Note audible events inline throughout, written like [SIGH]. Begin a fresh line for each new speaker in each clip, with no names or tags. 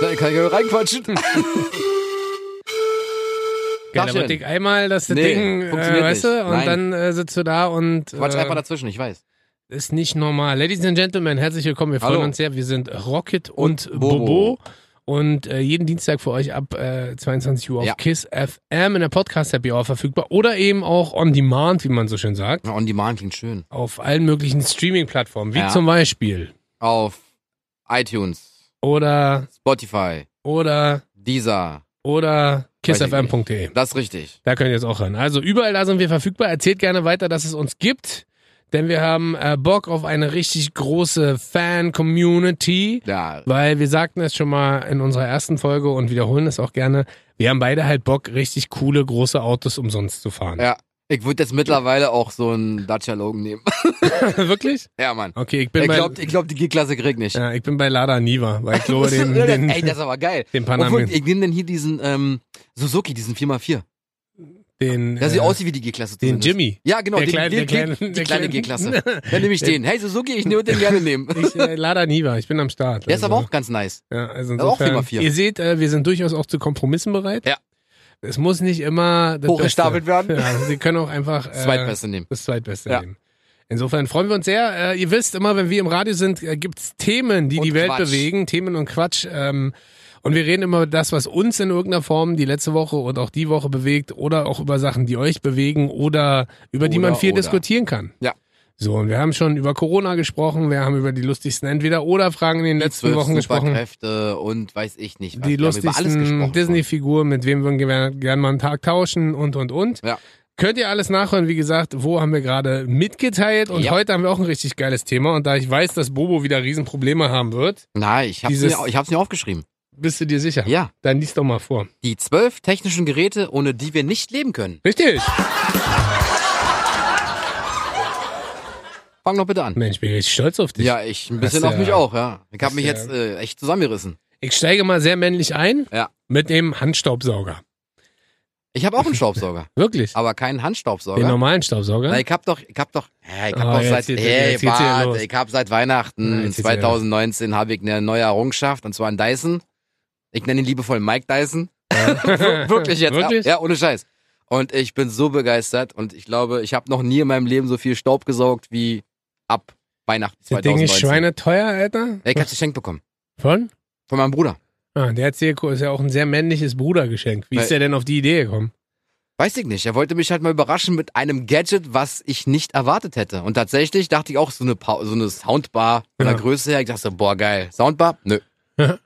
Da kann ich ja
[LAUGHS]
reinquatschen.
Geil, aber
Darfchen.
dick Genau, einmal das
Nee,
Ding, äh,
funktioniert
weißt du,
nicht.
und
Nein.
dann äh, sitzt du da und
Quatsch einfach
äh,
dazwischen, ich weiß.
ist nicht normal. Ladies and Gentlemen, herzlich willkommen. Wir freuen
Hallo.
uns sehr. Wir sind Rocket und,
Und
Bobo.
Bobo.
Und äh, jeden Dienstag für euch ab äh, 22 Uhr auf
Ja.
KISS FM in der Podcast Happy Hour verfügbar oder eben auch on demand, wie man so schön sagt,
On Demand klingt schön.
auf allen möglichen Streaming-Plattformen, wie
Ja.
zum Beispiel
Auf iTunes,
oder
Spotify,
oder
Deezer.
oder
Weiß ich
kissfm.de.
Das ist richtig.
Da könnt ihr jetzt auch hören. Also überall da sind wir verfügbar. Erzählt gerne weiter, dass es uns gibt. Denn wir haben äh, Bock auf eine richtig große Fan-Community.
Ja,
Weil wir sagten es schon mal in unserer ersten Folge und wiederholen es auch gerne. Wir haben beide halt Bock, richtig coole, große Autos umsonst zu fahren.
ja. Ich würde jetzt mittlerweile auch so einen Dacia Logan nehmen. [LAUGHS]
[LAUGHS] Wirklich?
ja, Mann.
Okay, ich bin
Ich
bei,
glaube, ich glaub, die G-Klasse krieg nicht.
ja, ich bin bei Lada Niva, weil
[LAUGHS]
ich glaube, den, den,
Ey, das ist aber geil.
den
Obwohl,
Panamera,
ich nehme denn hier diesen ähm, Suzuki, diesen 4x4.
den,
Der sieht
äh,
aus wie die G-Klasse.
den
zumindest.
Jimmy.
Ja, genau,
der
den,
kleine,
den,
der kleine,
den, die
der
kleine
[LAUGHS]
G-Klasse. Dann nehme ich den. Hey Suzuki, ich nehme den gerne nehmen.
Ich, äh, Lada Niva, ich bin am Start.
Der ist aber
Also-
auch ganz nice.
Ja, also
Aber auch
insofern,
Thema vier.
ihr seht, äh, wir sind durchaus auch zu Kompromissen bereit.
Ja.
Es muss nicht immer das
Hochgestapelt
Beste.
werden.
Ja, also sie können auch einfach äh,
Das Zweitbeste nehmen.
das Zweitbeste
Ja.
nehmen. Insofern freuen wir uns sehr. Äh, ihr wisst, immer wenn wir im Radio sind, äh, gibt's Themen, die
Und
die Welt
Quatsch.
bewegen, Themen und Quatsch. Ähm, und wir reden immer über das, was uns in irgendeiner Form die letzte Woche und auch die Woche bewegt oder auch über Sachen, die euch bewegen oder über die
Oder,
man viel
oder.
diskutieren kann.
Ja.
So, und wir haben schon über Corona gesprochen, wir haben über die lustigsten Entweder-Oder-Fragen in den letzten
Zwölf
Wochen gesprochen.
Superkräfte und weiß ich nicht. was.
die
Wir haben über alles
lustigsten
gesprochen.
Disney-Figuren, mit wem wir gerne gern mal einen Tag tauschen und, und, und.
Ja.
Könnt ihr alles nachhören, wie gesagt, wo haben wir gerade mitgeteilt und
Ja.
heute haben wir auch ein richtig geiles Thema und da ich weiß, dass Bobo wieder Riesenprobleme haben wird,
Nein, ich hab's,
Dieses-
mir, ich hab's mir aufgeschrieben.
bist du dir sicher?
Ja.
Dann liest doch mal vor.
Die zwölf technischen Geräte, ohne die wir nicht leben können.
Richtig.
Fang doch bitte an.
Mensch, bin ich richtig stolz auf dich.
Ja, ich ein bisschen
Das,
auf mich
ja.
auch, ja. Ich
Das,
habe mich
ja.
jetzt äh, echt zusammengerissen.
Ich steige mal sehr männlich ein
Ja.
mit dem Handstaubsauger.
Ich habe auch einen Staubsauger, [LAUGHS]
Wirklich.
aber keinen Handstaubsauger.
Den normalen Staubsauger.
Na, ich hab doch, ich hab doch, ja, ich hab
Ah,
doch
jetzt
seit,
geht's-
hey,
jetzt geht's hier los.
warte, ich hab seit Weihnachten
Ja, jetzt geht's hier
2019 habe ich eine neue Errungenschaft und zwar einen Dyson. Ich nenne ihn liebevoll Mike Dyson. Wir- äh, [LAUGHS] Wirklich jetzt,
Wirklich?
Ja, ja, ohne Scheiß. Und ich bin so begeistert und ich glaube, ich habe noch nie in meinem Leben so viel Staub gesaugt wie ab Weihnachten
Das Ding ist
2019.
schweineteuer, Alter.
Ja, Ich hab's geschenkt bekommen
Von?
von meinem Bruder.
Ah, der Zirko ist ja auch ein sehr männliches Brudergeschenk. Wie
Weil-
ist der denn auf die Idee gekommen?
Weiß ich nicht. Er wollte mich halt mal überraschen mit einem Gadget, was ich nicht erwartet hätte. Und tatsächlich dachte ich auch, so eine, pa so eine Soundbar von der
Ja.
Größe her, ich dachte, so, boah, geil. Soundbar? Nö.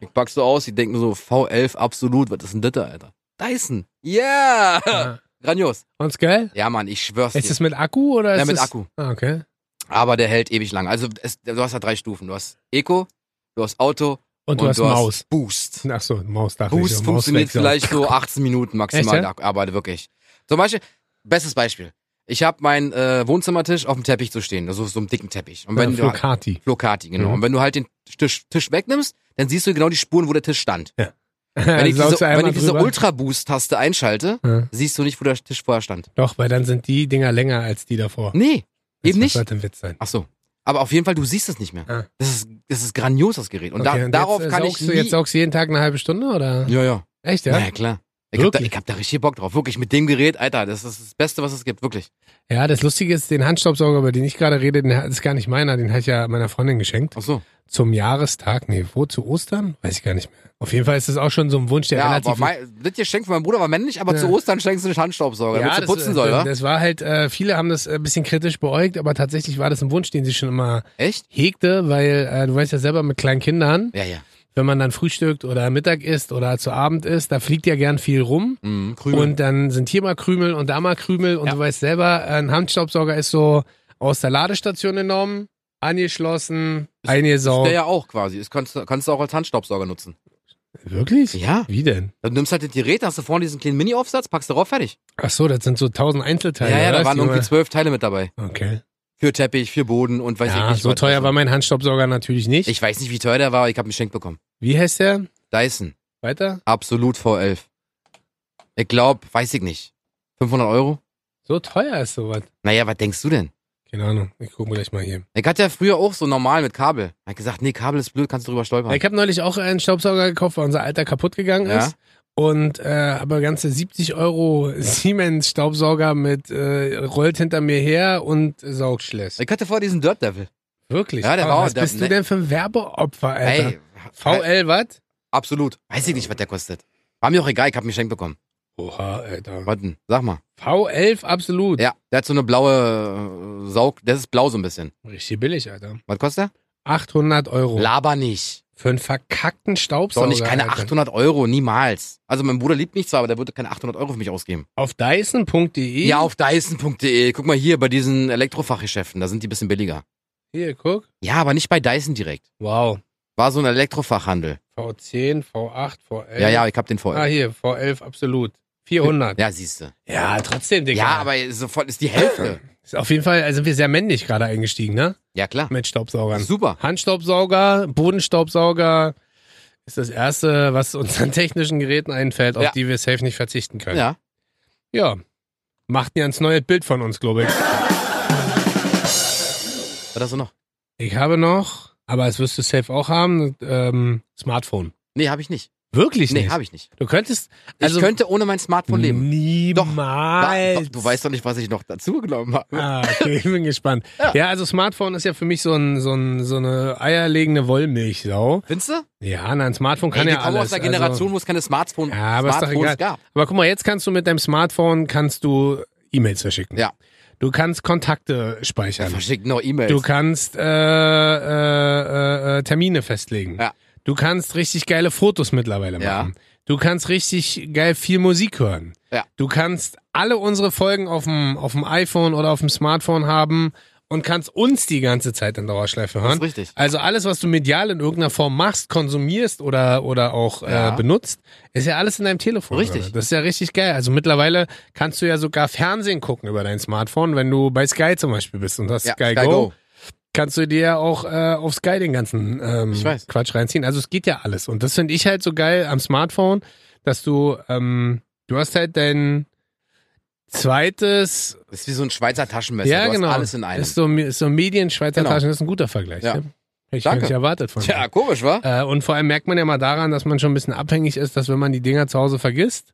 ich pack's so aus, ich denke mir so, V11 absolut, was ist denn das, Alter? Dyson. Yeah!
Ja.
Grandios.
Uns geil?
Ah. Ja, Mann, ich schwör's
Ah. Ist
dir.
es mit Akku oder
Ja,
ist
mit
es-
Akku.
Ah, okay.
Aber der hält ewig lang. Also, es, du hast ja drei Stufen. Du hast Eco, du hast Auto
Und du hast Maus.
Boost.
Ach so, Maus dachte ich.
Boost
so,
funktioniert
Mauswechsel.
vielleicht so 18 Minuten maximal,
Echt,
aber wirklich. Zum Beispiel, bestes Beispiel. Ich habe meinen äh, Wohnzimmertisch auf dem Teppich zu stehen, also so einem dicken Teppich. Und wenn du
ja, [LAUGHS] Flocati.
Flokati, genau.
Mhm.
Und wenn du halt den Tisch, Tisch wegnimmst, dann siehst du genau die Spuren, wo der Tisch stand. [LAUGHS] Wenn ich diese,
Saugst du einmal
wenn ich diese
drüber?
Ultra-Boost-Taste einschalte,
Ja.
siehst du nicht, wo der Tisch vorher stand.
Doch, weil dann sind die Dinger länger als die davor.
Nee,
Das
eben nicht.
sollte ein Witz sein.
Ach so. Aber auf jeden Fall, du siehst es nicht mehr.
Ah.
Das ist, das ist grandios, das Gerät. Und
Okay,
da, darauf
jetzt, äh,
kann ich
saugst
nie...
du, Jetzt saugst du jeden Tag eine halbe Stunde, oder?
ja, ja.
Echt,
Ja,
ja?
naja, klar. Ich hab, da,
Wirklich?
ich hab da richtig Bock drauf. Wirklich, mit dem Gerät, Alter, das ist das Beste, was es gibt, wirklich.
Ja, das Lustige ist, den Handstaubsauger, über den ich gerade rede, den hat- ist gar nicht meiner, den habe ich ja meiner Freundin geschenkt.
Ach so.
Zum Jahrestag, nee, wo, zu Ostern? Weiß ich gar nicht mehr. Auf jeden Fall ist das auch schon so ein Wunsch, der
Ja, aber
relativ
mein, das Geschenk von meinem Bruder war männlich, aber
Ja.
zu Ostern schenkst du einen Handstaubsauger, damit sie
das-
putzen soll, oder?
Das war halt, äh, viele haben das äh, ein bisschen kritisch beäugt, aber tatsächlich war das ein Wunsch, den sie schon immer
Echt?
hegte, weil äh, du weißt ja selber mit kleinen Kindern,
Ja, ja.
wenn man dann frühstückt oder Mittag isst oder zu Abend isst, da fliegt ja gern viel rum.
Mhm, Krümel.
Und dann sind hier mal Krümel und da mal Krümel und
Ja.
du weißt selber, ein Handstaubsauger ist so aus der Ladestation genommen, angeschlossen, eingesaugt.
der ja auch quasi. Das kannst, du- kannst du auch als Handstaubsauger nutzen.
Wirklich?
Ja.
Wie denn?
Dann nimmst halt das Gerät, dann hast du vorne diesen kleinen Mini-Aufsatz, packst darauf, fertig.
Ach so, das sind so tausend
Ja,
Einzelteile.
ja,
oder?
da waren
Die
irgendwie
man-
zwölf Teile mit dabei.
Okay.
Für Teppich, für Boden und weiß ich
Ja,
nicht.
so
was. Also
teuer war mein Handstaubsauger natürlich nicht.
Ich weiß nicht, wie teuer der war, aber ich habe ihn geschenkt bekommen.
Wie heißt der?
Dyson.
Weiter?
Absolut V11. Ich glaube, weiß ich nicht. 500 Euro?
So teuer ist sowas.
Naja, was denkst du denn?
Keine Ahnung. Ich gucke mir gleich mal hier.
Ich hatte ja früher auch so normal mit Kabel. Er hat gesagt, nee, Kabel ist blöd, kannst du drüber stolpern.
Ich habe neulich auch einen Staubsauger gekauft, weil unser alter kaputt gegangen
Ja.
ist. Und äh, aber ganze 70 Euro Siemens Staubsauger mit äh, rollt hinter mir her und saugt schlecht.
Ich hatte vor diesen Dirt Devil.
Wirklich?
Ja, der
Oh,
war-
was
der-
bist
ne-
du denn für ein Werbeopfer, Alter?
Ey, äh,
VL was?
absolut. Weiß ich nicht, was der kostet. War mir auch egal, ich habe mich geschenkt bekommen.
Oha, Alter.
Warten, sag mal.
V11 absolut.
Ja, der hat so eine blaue äh, Saug, das ist blau so ein bisschen.
Richtig billig, Alter.
Was kostet
800 Euro.
der? Laber nicht.
Für einen verkackten Staubsauger.
Doch nicht keine
Alter.
800 Euro, niemals. Also mein Bruder liebt mich zwar, aber der würde keine 800 Euro für mich ausgeben.
Auf Dyson.de.
Ja, auf Dyson.de. Guck mal hier bei diesen Elektrofachgeschäften, da sind die ein bisschen billiger.
Hier, guck.
Ja, aber nicht bei Dyson direkt.
Wow.
War so ein Elektrofachhandel.
V10, V8, V11.
Ja, ja, ich hab den vorher.
Ah, hier, V11 absolut. 400.
Ja, siehste.
Ja, trotzdem, Digga.
Ja, aber sofort ist die Hälfte.
Ist auf jeden Fall also sind wir sehr männlich gerade eingestiegen, ne?
Ja, klar.
Mit Staubsaugern.
Super.
Handstaubsauger, Bodenstaubsauger ist das erste, was uns an [LAUGHS] technischen Geräten einfällt, auf
Ja.
die wir safe nicht verzichten können.
Ja.
ja. Macht ein ganz neues Bild von uns, glaube ich.
Was hast du noch?
Ich habe noch, aber es wirst du safe auch haben, ähm, Smartphone.
Nee, habe ich nicht.
Wirklich
Nee,
nicht.
habe ich nicht.
du könntest also
ich könnte ohne mein Smartphone leben.
Niemals.
Wa- wa- Du weißt doch nicht, was ich noch dazu genommen habe.
Ah, okay, ich bin gespannt.
Ja.
ja. also Smartphone ist ja für mich so, ein, so, ein, so eine eierlegende Wollmilchsau.
Findest du?
Ja, na, ein Smarphone kann
Ey, die
ja
kommen
alles.
aus der Generation, wo es keine Smartphone,
Also, ja, aber ist doch
Smartphones
egal.
gab.
Aber guck mal, jetzt kannst du mit deinem Smartphone kannst du E-Mails verschicken.
Ja.
Du kannst Kontakte
Ja,
speichern.
verschicken noch E-Mails.
Ähm, Du kannst äh, äh, äh, äh, Termine festlegen.
Ja.
Du kannst richtig geile Fotos mittlerweile
Ja.
machen. Du kannst richtig geil viel Musik hören.
Ja.
Du kannst alle unsere Folgen auf dem auf dem iPhone oder auf dem Smartphone haben und kannst uns die ganze Zeit in Dauerschleife
Das
hören.
ist richtig.
Also alles, was du medial in irgendeiner Form machst, konsumierst oder, oder auch
Ja.
äh, benutzt, ist ja alles in deinem Telefon.
Richtig.
drin. Das ist ja richtig geil. Also mittlerweile kannst du ja sogar Fernsehen gucken über dein Smartphone, wenn du bei Sky zum Beispiel bist und hast
Ja,
Sky, Go, Kannst du dir ja auch äh, auf Sky den ganzen ähm,
Ich weiß.
Quatsch reinziehen. Also es geht ja alles. Und das finde ich halt so geil am Smartphone, dass du, ähm, du hast halt dein zweites
Das ist wie so ein Schweizer Taschenmesser.
ja,
du
genau.
Hast alles in einem.
Ist so, ist so Medienschweizer
Genau.
Taschen, das ist ein guter Vergleich.
Ja.
Ne? Hätte ich
Danke.
gar nicht erwartet von
Tja, komisch, wa?
dir. Äh, und vor allem merkt man ja mal daran, dass man schon ein bisschen abhängig ist, dass wenn man die Dinger zu Hause vergisst,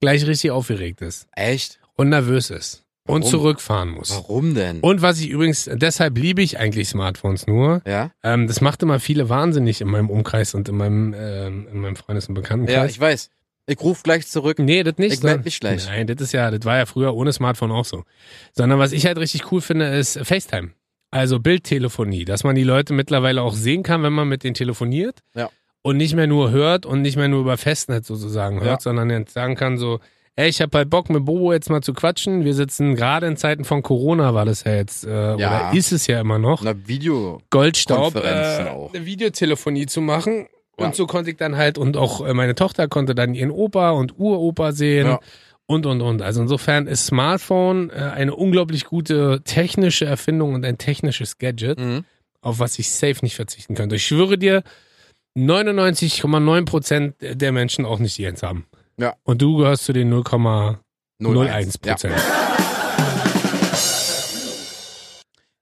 gleich richtig aufgeregt ist
Echt?
und nervös ist und
Warum?
zurückfahren muss.
Warum denn?
Und was ich übrigens, deshalb liebe ich eigentlich Smartphones nur.
ja?
Ähm, das macht immer viele wahnsinnig in meinem Umkreis und in meinem, ähm, in meinem Freundes- und
ja,
Bekanntenkreis.
ich weiß. Ich ruf gleich zurück.
Nee, das nicht.
Ich meld
sondern-
mich gleich.
Nein, das ist ja, das war ja früher ohne Smartphone auch so. Sondern was ich halt richtig cool finde, ist FaceTime. Also Bildtelefonie, dass man die Leute mittlerweile auch sehen kann, wenn man mit denen telefoniert
Ja.
und nicht mehr nur hört und nicht mehr nur über Festnetz sozusagen
Ja.
hört, sondern jetzt sagen kann so, ey, ich hab halt Bock mit Bobo jetzt mal zu quatschen. Wir sitzen gerade in Zeiten von Corona war das ja jetzt äh, oder ist es ja immer noch.
Na, Video.
Goldstaub äh,
Konferenzen auch.
eine Videotelefonie zu machen. Und
Ja.
so konnte ich dann halt, und auch äh, meine Tochter konnte dann ihren Opa und Uropa sehen
Ja.
und, und, und. Also insofern ist Smartphone äh, eine unglaublich gute technische Erfindung und ein technisches Gadget,
Mhm.
auf was ich safe nicht verzichten könnte. Ich schwöre dir, 99,9% der Menschen auch nicht Jens haben.
Ja.
Und du gehörst zu den 0,01%.
Ja. [LAUGHS]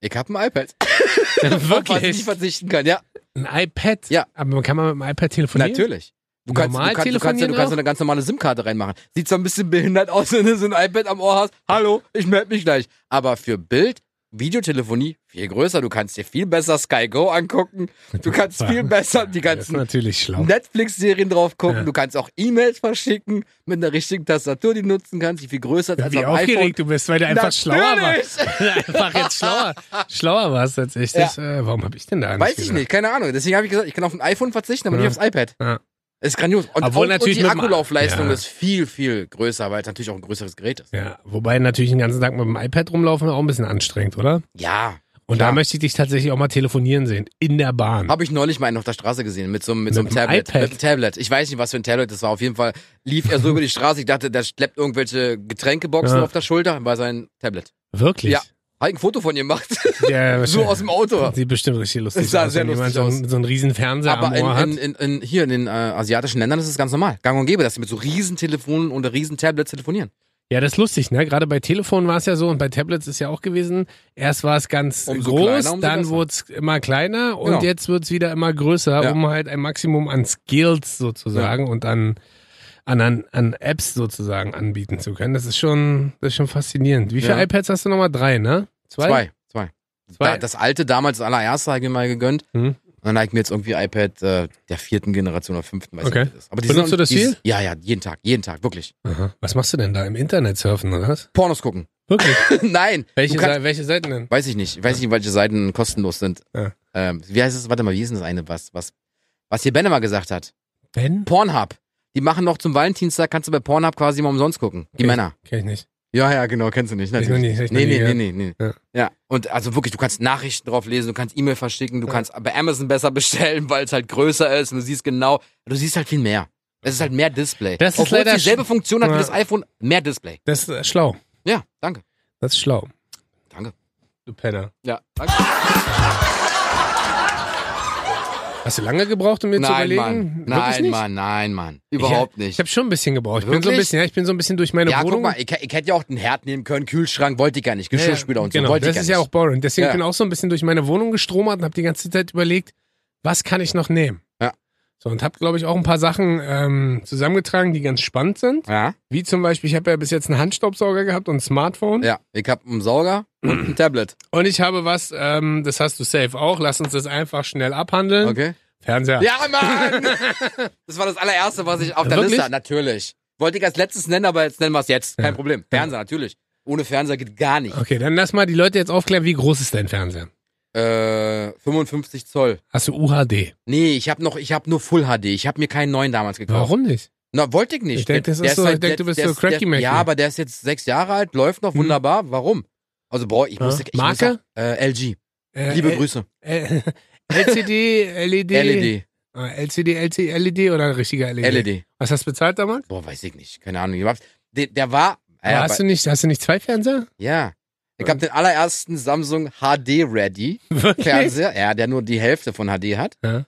Ich hab ein iPad.
[LAUGHS]
Was ich nicht
Wirklich?
verzichten kann, ja.
Ein iPad?
Ja.
Aber kann man mit dem iPad telefonieren?
Natürlich. Du kannst, du
Normal
kannst, du kannst, ja- du
telefonieren
kannst eine ganz normale SIM-Karte reinmachen. Sieht zwar ein bisschen behindert aus, [LAUGHS] wenn du so ein iPad am Ohr hast. Hallo, ich melde mich gleich. Aber für Bild, Videotelefonie viel größer. Du kannst dir viel besser Sky Go angucken. Du kannst viel besser die
Das ist
ganzen
natürlich schlau.
Netflix-Serien drauf gucken.
Genau. Ja.
Du kannst auch E-Mails verschicken mit einer richtigen Tastatur, die du nutzen kannst, die viel größer ist als
Wie
am iPhone.
aufgeregt du bist, weil du einfach schlauer [LAUGHS]
Natürlich!
warst. einfach jetzt schlauer, schlauer warst tatsächlich. Äh, warum habe ich denn da nicht
Weiß ich
gedacht?
nicht, keine Ahnung. Deswegen habe ich gesagt, ich kann auf ein iPhone verzichten, aber
Ja.
nicht aufs iPad.
Ja.
Ist grandios. Und,
Obwohl
und,
natürlich
und die
mit dem-
Akkulaufleistung
Ja.
ist viel, viel größer, weil es natürlich auch ein größeres Gerät ist.
Ja, wobei natürlich den ganzen Tag mit dem iPad rumlaufen auch ein bisschen anstrengend, oder?
Ja,
Und
Klar.
da möchte ich dich tatsächlich auch mal telefonieren sehen. In der Bahn.
Habe ich neulich mal einen auf der Straße gesehen, mit so einem, mit so einem
Mit einem
Tablet.
iPad?
Mit einem Tablet. Ich weiß nicht, was für ein Tablet das war. Auf jeden Fall lief er so über die Straße. Ich dachte, der schleppt irgendwelche Getränkeboxen
Ja.
auf der Schulter. War sein Tablet.
Wirklich?
Ja. Hat ein Foto von ihm gemacht. [LAUGHS]
Der,
so aus dem Auto.
Sieht bestimmt richtig lustig
Es sah
aus,
sehr
wenn jemand
lustig
so, einen- so einen riesen Fernseher am
Aber
Ohr hat.
in, in, in, in, hier in den äh, asiatischen Ländern ist es ganz normal. Gang und gäbe, dass sie mit so riesen Telefonen oder riesen Tablets telefonieren.
Ja, das ist lustig, ne? Gerade bei Telefon war es ja so und bei Tablets ist ja auch gewesen. Erst war es ganz
Umso
groß,
kleiner, umso
dann
besser.
wurde es immer kleiner und
Genau.
jetzt wird es wieder immer größer,
Ja.
um halt ein Maximum an Skills sozusagen und an, an, an, an Apps sozusagen anbieten zu können. Das ist schon, das ist schon faszinierend. Wie viele
Ja.
iPads hast du nochmal? Drei, ne?
Zwei. Zwei.
Zwei.
Da, das alte damals, das allererste, habe ich mir mal gegönnt. Und
Hm.
dann habe ich mir jetzt irgendwie iPad äh, der vierten Generation oder fünften, weiß
Okay.
ich nicht. was das ist. Aber die
Benutzt
sind-
du das
die
viel?
ist- Ja, ja, jeden Tag, jeden Tag, wirklich.
Aha. Was machst du denn da? Im Internet surfen oder was?
Pornos gucken. [LAUGHS]
Wirklich?
Nein.
Welche,
du kannst,
Sei- welche Seiten denn?
Weiß ich nicht. Ich weiß nicht, welche Seiten kostenlos sind.
Ja.
Ähm, wie heißt es? Warte mal, wie ist denn das eine, was, was, was hier Benne mal gesagt hat?
Ben?
Pornhub. Die machen noch zum Valentinstag, kannst du bei Pornhub quasi mal umsonst gucken. Die
Okay.
Männer.
Kenn ich nicht.
Ja, ja, genau, kennst du nicht.
Hab ich noch
Natürlich.
nie, hab ich noch
Nee,
nie
nee,
gehört.
nee, nee, nee.
Ja.
Ja. und also wirklich, du kannst Nachrichten drauf lesen, du kannst E-Mail verschicken, du kannst bei Amazon besser bestellen, [LAUGHS] weil es halt größer ist und du siehst genau, du siehst halt viel mehr. Es ist halt mehr Display.
Das ist
Obwohl
leider
es dieselbe Funktion hat
Ja.
wie das iPhone, mehr Display.
Das ist schlau.
Ja, danke.
Das ist schlau.
Danke.
Du Penner.
Ja, danke.
Hast du lange gebraucht, um mir zu
Nein,
überlegen?
Mann.
Wirklich
Nein,
nicht?
Mann, nein, Mann. Überhaupt
Ich
nicht.
habe schon ein bisschen gebraucht. Ich bin, so ein
Wirklich?
bisschen, ja, ich bin so ein bisschen durch meine
Ja,
Wohnung.
guck mal, ich, ich hätte ja auch den Herd nehmen können, Kühlschrank wollte ich gar nicht, Geschirrspüler und so
genau,
wollte
Das
ich gar
ist
nicht.
ja auch boring. Deswegen
Ja.
bin ich auch so ein bisschen durch meine Wohnung gestromert und habe die ganze Zeit überlegt, was kann ich noch nehmen?
Ja.
So, und habe, glaube ich, auch ein paar Sachen ähm, zusammengetragen, die ganz spannend sind.
ja,
Wie zum Beispiel, ich habe ja bis jetzt einen Handstaubsauger gehabt und ein Smartphone.
ja, ich habe einen Sauger und ein Tablet.
Und ich habe was, ähm, das hast du safe auch. Lass uns das einfach schnell abhandeln.
Okay.
Fernseher.
Ja, Mann! [LAUGHS] Das war das allererste, was ich auf der
Wirklich?
Liste hatte. Natürlich. Wollte ich als letztes nennen, aber jetzt nennen wir es jetzt. Kein Problem. Fernseher, natürlich. Ohne Fernseher geht gar nicht.
Okay, dann lass mal die Leute jetzt aufklären, wie groß ist dein Fernseher?
Äh, 55 Zoll.
Hast du UHD?
Nee, ich habe noch, ich habe nur Full HD. Ich habe mir keinen neuen damals gekauft.
Warum nicht?
Na, wollte ich nicht.
Ich denk, das ist so- ich denk, du bist
der
so
ist- der-
cracky-macky.
Ja, aber der ist jetzt sechs Jahre alt, läuft noch wunderbar. Warum? Also, boah, ich
Ja.
muss, ich
Marke?
Muss, äh, LG.
Äh,
Liebe
äh,
Grüße. E
Äh, [LAUGHS] LCD, LED.
LED.
E Ah, LCD, LC, LED oder ein richtiger LED?
LED.
Was hast du bezahlt damals?
E Boah, weiß ich nicht. Keine Ahnung. Der, der war. äh,
Aber
aber-
hast, du nicht, hast du nicht zwei Fernseher?
Ja. Ich habe den allerersten Samsung HD Ready
Ähm. Wirklich?
Fernseher, ja, der nur die Hälfte von HD hat.
Ja.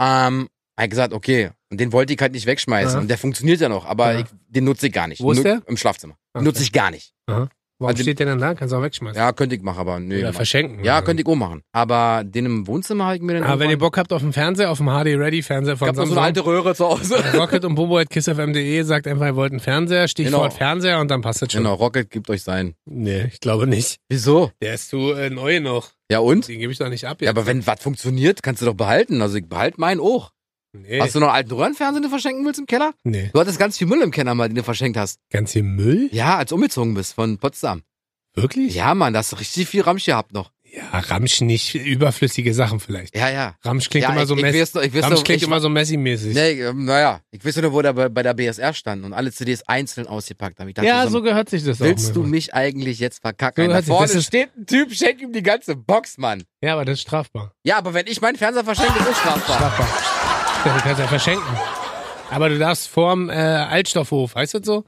Ähm, hab ich gesagt, okay, und den wollte ich halt nicht wegschmeißen.
Ja.
Und der funktioniert ja noch, aber
Ja.
ich, den nutze ich gar nicht.
Wo ist
Nur
der?
Im Schlafzimmer.
Okay.
Nutze ich gar nicht.
Warum
Also-
steht der denn da? Kannst du auch wegschmeißen.
Ja, könnte ich machen, aber nö.
oder
mach ich.
verschenken.
ja, könnte ich auch machen. Aber den im Wohnzimmer habe ich mir dann.
Aber wenn ihr
irgendwann-
Bock habt auf den Fernseher, auf dem HD-Ready-Fernseher
ich
von
hab noch so eine
Samsung,
alte Röhre zu
[LAUGHS]
Hause.
Rocket und Bobo at kissfm.de, sagt einfach, ihr wollt einen Fernseher, Stichwort
Genau.
Fernseher und dann passt das schon.
Genau, Rocket gibt euch sein.
Nee, ich glaube nicht.
Wieso?
Der ist zu äh, neu noch.
Ja und?
Den gebe ich doch nicht ab jetzt.
Ja, aber wenn was funktioniert, kannst du doch behalten. Also ich behalte meinen auch.
nee,
Hast du noch einen alten Röhrenfernseher, den du verschenken willst im Keller?
nee.
Du hattest ganz viel Müll im Keller mal, den du verschenkt hast.
Ganz viel Müll?
Ja, als du umgezogen bist von Potsdam.
Wirklich?
Ja, Mann, da hast du richtig viel Ramsch gehabt noch.
ja, Ramsch nicht. Überflüssige Sachen vielleicht.
Ja, ja.
Ramsch klingt
ja,
immer so
ich, ich
messy.
weiß noch, ich weiß
Ramsch
noch,
klingt
ich,
immer so Messi-mäßig.
nee, ähm, naja, ich weiß nur, wo der bei, bei der BSR stand und alle CDs einzeln ausgepackt haben. Ich dachte,
ja,
so,
so gehört sich das auch. ne?
willst du
manchmal.
mich eigentlich jetzt verkacken?
So
da
hört sich- das
vorne
ist-
steht ein Typ, schenkt ihm die ganze Box, Mann.
Ja, aber das ist strafbar.
Ja, aber wenn ich meinen Fernseher verschenke, ist es strafbar.
Strafbar. [LAUGHS] Ja, du kannst ja verschenken. Aber du darfst vorm äh, Altstoffhof, heißt das so?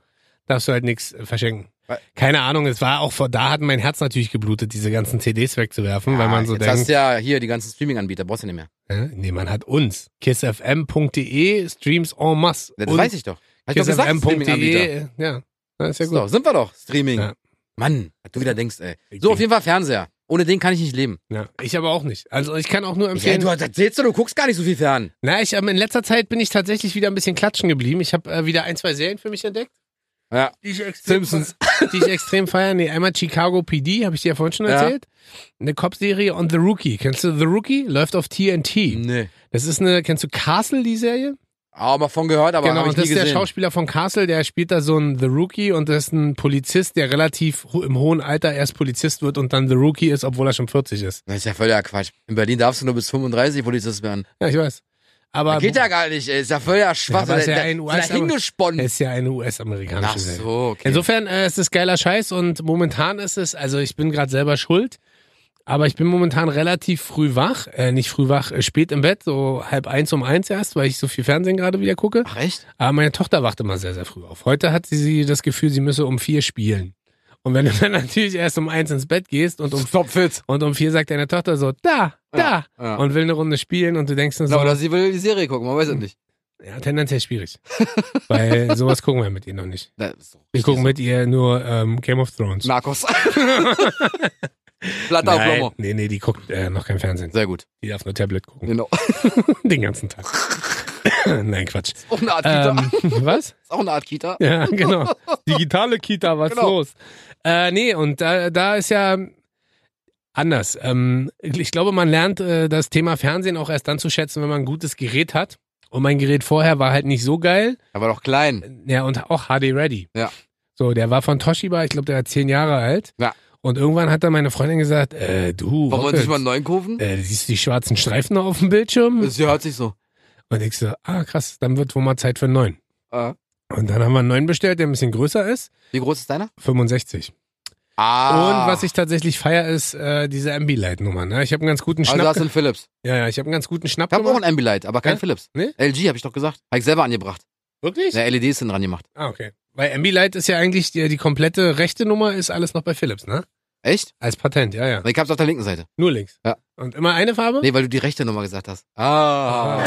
Darfst du halt nichts äh, verschenken.
Wa-
Keine Ahnung, es war auch vor, da hat mein Herz natürlich geblutet, diese ganzen CDs wegzuwerfen, weil man so
Ah, jetzt
denkt.
hast du ja hier die ganzen Streaming-Anbieter, brauchst du nicht mehr.
Ja, nee, man hat uns. KissFM.de, E Streams en masse.
Das
und
weiß ich doch. Hab ich doch gesagt,
E.
Streaming-Anbieter.
KissFM.de, ja. ja. Ist ja gut.
So, sind wir doch, Streaming.
Ja.
Mann, was du wieder denkst, ey. So, auf jeden Fall Fernseher. Ohne den kann ich nicht leben.
ja. Ich aber auch nicht. Also ich kann auch nur
Ich, ey,
empfehlen.
du erzählst du, du guckst gar nicht so viel fern.
na, ich ähm, in letzter Zeit bin ich tatsächlich wieder ein bisschen klatschen geblieben. Ich habe äh, wieder ein, zwei Serien für mich entdeckt.
Ja.
Die ich extrem
Simpsons.
die ich extrem feiere. Nee, einmal Chicago PD, habe ich dir ja vorhin schon
Ja.
erzählt. Eine Cop-Serie on The Rookie. Kennst du The Rookie? Läuft auf TNT.
Nee.
Das ist eine, kennst du Castle, die Serie?
Aber mal von gehört, aber
genau,
hab ich
und das
nie
ist der
gesehen.
Schauspieler von Castle, der spielt da so einen The Rookie und das ist ein Polizist, der relativ ho im hohen Alter erst Polizist wird und dann The Rookie ist, obwohl er schon 40 ist.
das ist ja völliger Quatsch. In Berlin darfst du nur bis 35 Polizist werden.
Ja, ich weiß. Aber
Geht ja gar nicht, ey. Ist ja völliger Schwachsinn.
aber ist Ah, ja
Da-
ein
da-
US-
da hingesponnen.
ist ja eine US-amerikanische
Ach
Serie.
so, okay.
Insofern äh, es ist es geiler Scheiß und momentan ist es, also ich bin gerade selber schuld, aber ich bin momentan relativ früh wach, äh, nicht früh wach, äh, spät im Bett, so halb eins um eins erst, weil ich so viel Fernsehen gerade wieder gucke.
Ach, echt?
Aber meine Tochter wacht immer sehr, sehr früh auf. Heute hat sie, sie das Gefühl, sie müsse um vier spielen. Und wenn du dann [LAUGHS] natürlich erst um eins ins Bett gehst und um,
Stopfit.
und um vier sagt deine Tochter so, da, da,
Ja.
und will eine Runde spielen und du denkst dann so, Hm.
Na, oder sie will die Serie gucken, man weiß es nicht.
Ja, tendenziell schwierig. [LAUGHS] Weil sowas gucken wir mit ihr noch nicht.
Das ist doch
Wir
richtig
gucken
so.
mit ihr nur ähm, Game of Thrones. [LAUGHS]
Narcos. Platter auf
Nein,
Lomo.
nee, nee, die guckt äh, noch kein Fernsehen.
Sehr gut.
Die darf nur Tablet gucken.
Genau.
[LAUGHS]
[LAUGHS]
Den ganzen Tag. [LAUGHS] Nein, Quatsch.
Auch eine Art Kita.
Ähm, [LAUGHS] was?
Ist auch eine Art Kita.
Ja, genau. Digitale Kita, was
Genau.
los? Äh, nee, und da, da ist ja anders. Ähm, ich glaube, man lernt äh, das Thema Fernsehen auch erst dann zu schätzen, wenn man ein gutes Gerät hat. Und mein Gerät vorher war halt nicht so geil.
Aber doch klein.
Ja, und auch HD Ready.
Ja.
So, der war von Toshiba, ich glaube, der war zehn Jahre alt.
Ja.
Und irgendwann hat dann meine Freundin gesagt, äh,
Wollen
du,
wir uns
Rocket,
nicht mal einen neuen kaufen?
äh, siehst du die schwarzen Streifen auf dem Bildschirm?
Das hört sich so.
Und ich so, ah krass, dann wird wohl mal Zeit für einen neuen.
Äh,
Und dann haben wir einen neuen bestellt, der ein bisschen größer ist,
wie groß ist deiner?
65.
Ah.
Und was ich tatsächlich feier ist äh, diese Ambilight-Nummer. Ne? Ich habe einen ganz guten
Also
Schnapp.
hast du einen Philips.
ja, ja, ich habe einen ganz guten Schnapp
Ich habe auch
gemacht.
einen Ambilight, aber kein
Ja?
Philips.
Nee?
LG habe ich doch gesagt. Habe ich selber angebracht.
Wirklich?
Eine E LEDs sind dran gemacht.
Ah, okay. Weil Ambilight ist ja eigentlich die, die komplette rechte Nummer, ist alles noch bei Philips, ne?
Echt?
Als Patent, ja, ja.
Ich hab's auf der linken Seite.
Nur links.
Ja.
Und immer eine Farbe?
Nee, weil du die rechte Nummer gesagt hast. Ah.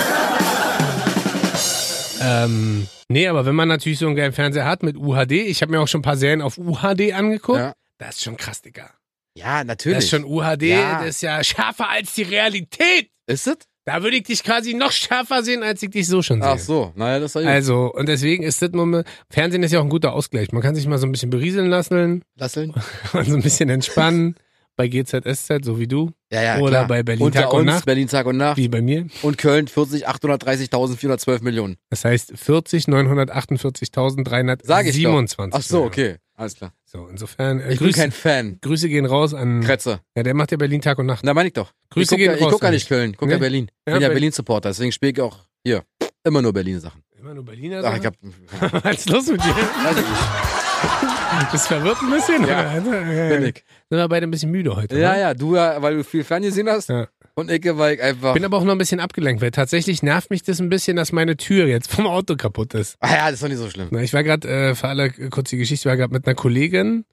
Ähm, nee, aber wenn man natürlich so einen geilen Fernseher hat mit UHD, ich habe mir auch schon ein paar Serien auf UHD angeguckt,
Ja.
das ist schon krass, Digga.
Ja, natürlich.
Das ist schon UHD,
Ja.
das ist ja schärfer als die Realität.
Ist es?
Da würde ich dich quasi noch schärfer sehen, als ich dich so schon sehe.
Ach so, naja, das war gut.
Also, und deswegen ist das Moment, Fernsehen ist ja auch ein guter Ausgleich. Man kann sich mal so ein bisschen berieseln lassen [LAUGHS]
Lasseln?
und so ein bisschen entspannen. bei GZSZ, so wie du,
Ja, ja,
Oder
klar.
bei Berlin
Unter
Tag und
uns,
Nacht.
Berlin Tag und Nacht.
wie bei mir.
Und Köln 40, 830.412 Millionen.
Das heißt 40, 948.327.
Sag ich doch. Ach so, okay. Alles klar.
So, insofern, genau. äh, Hm.
Ich bin
Grüße,
kein Fan.
Grüße gehen raus an,
Kretze.
ja, der macht ja Berlin Tag und Nacht.
Na, meine ich doch. ich
Grüße
guck
gehen
ja,
raus.
ich guck ja
an
nicht Köln, ich guck ja
Nee.
Berlin. Ich bin
Ja,
ja
Berlin.
Berlin-Supporter, deswegen spiele ich auch hier immer nur Berlin-Sachen.
dich. Immer nur Berliner.
Ach, ich
Sachen?
hab,
[LAUGHS] Was ist los mit dir?
weiß ich nicht.
Das verwirrt ein bisschen.
Ja,
oder? Also,
bin ich.
Sind wir beide ein bisschen müde heute.
Ja,
ne?
ja, du ja, weil du viel ferngesehen hast.
Ja.
Und ich, weil ich einfach.
Bin aber auch noch ein bisschen abgelenkt, weil tatsächlich nervt mich das ein bisschen, dass meine Tür jetzt vom Auto kaputt ist.
ah ja, das ist doch nicht so schlimm.
Na, Ich war gerade, äh, für alle äh, kurz die Geschichte, ich war gerade mit einer Kollegin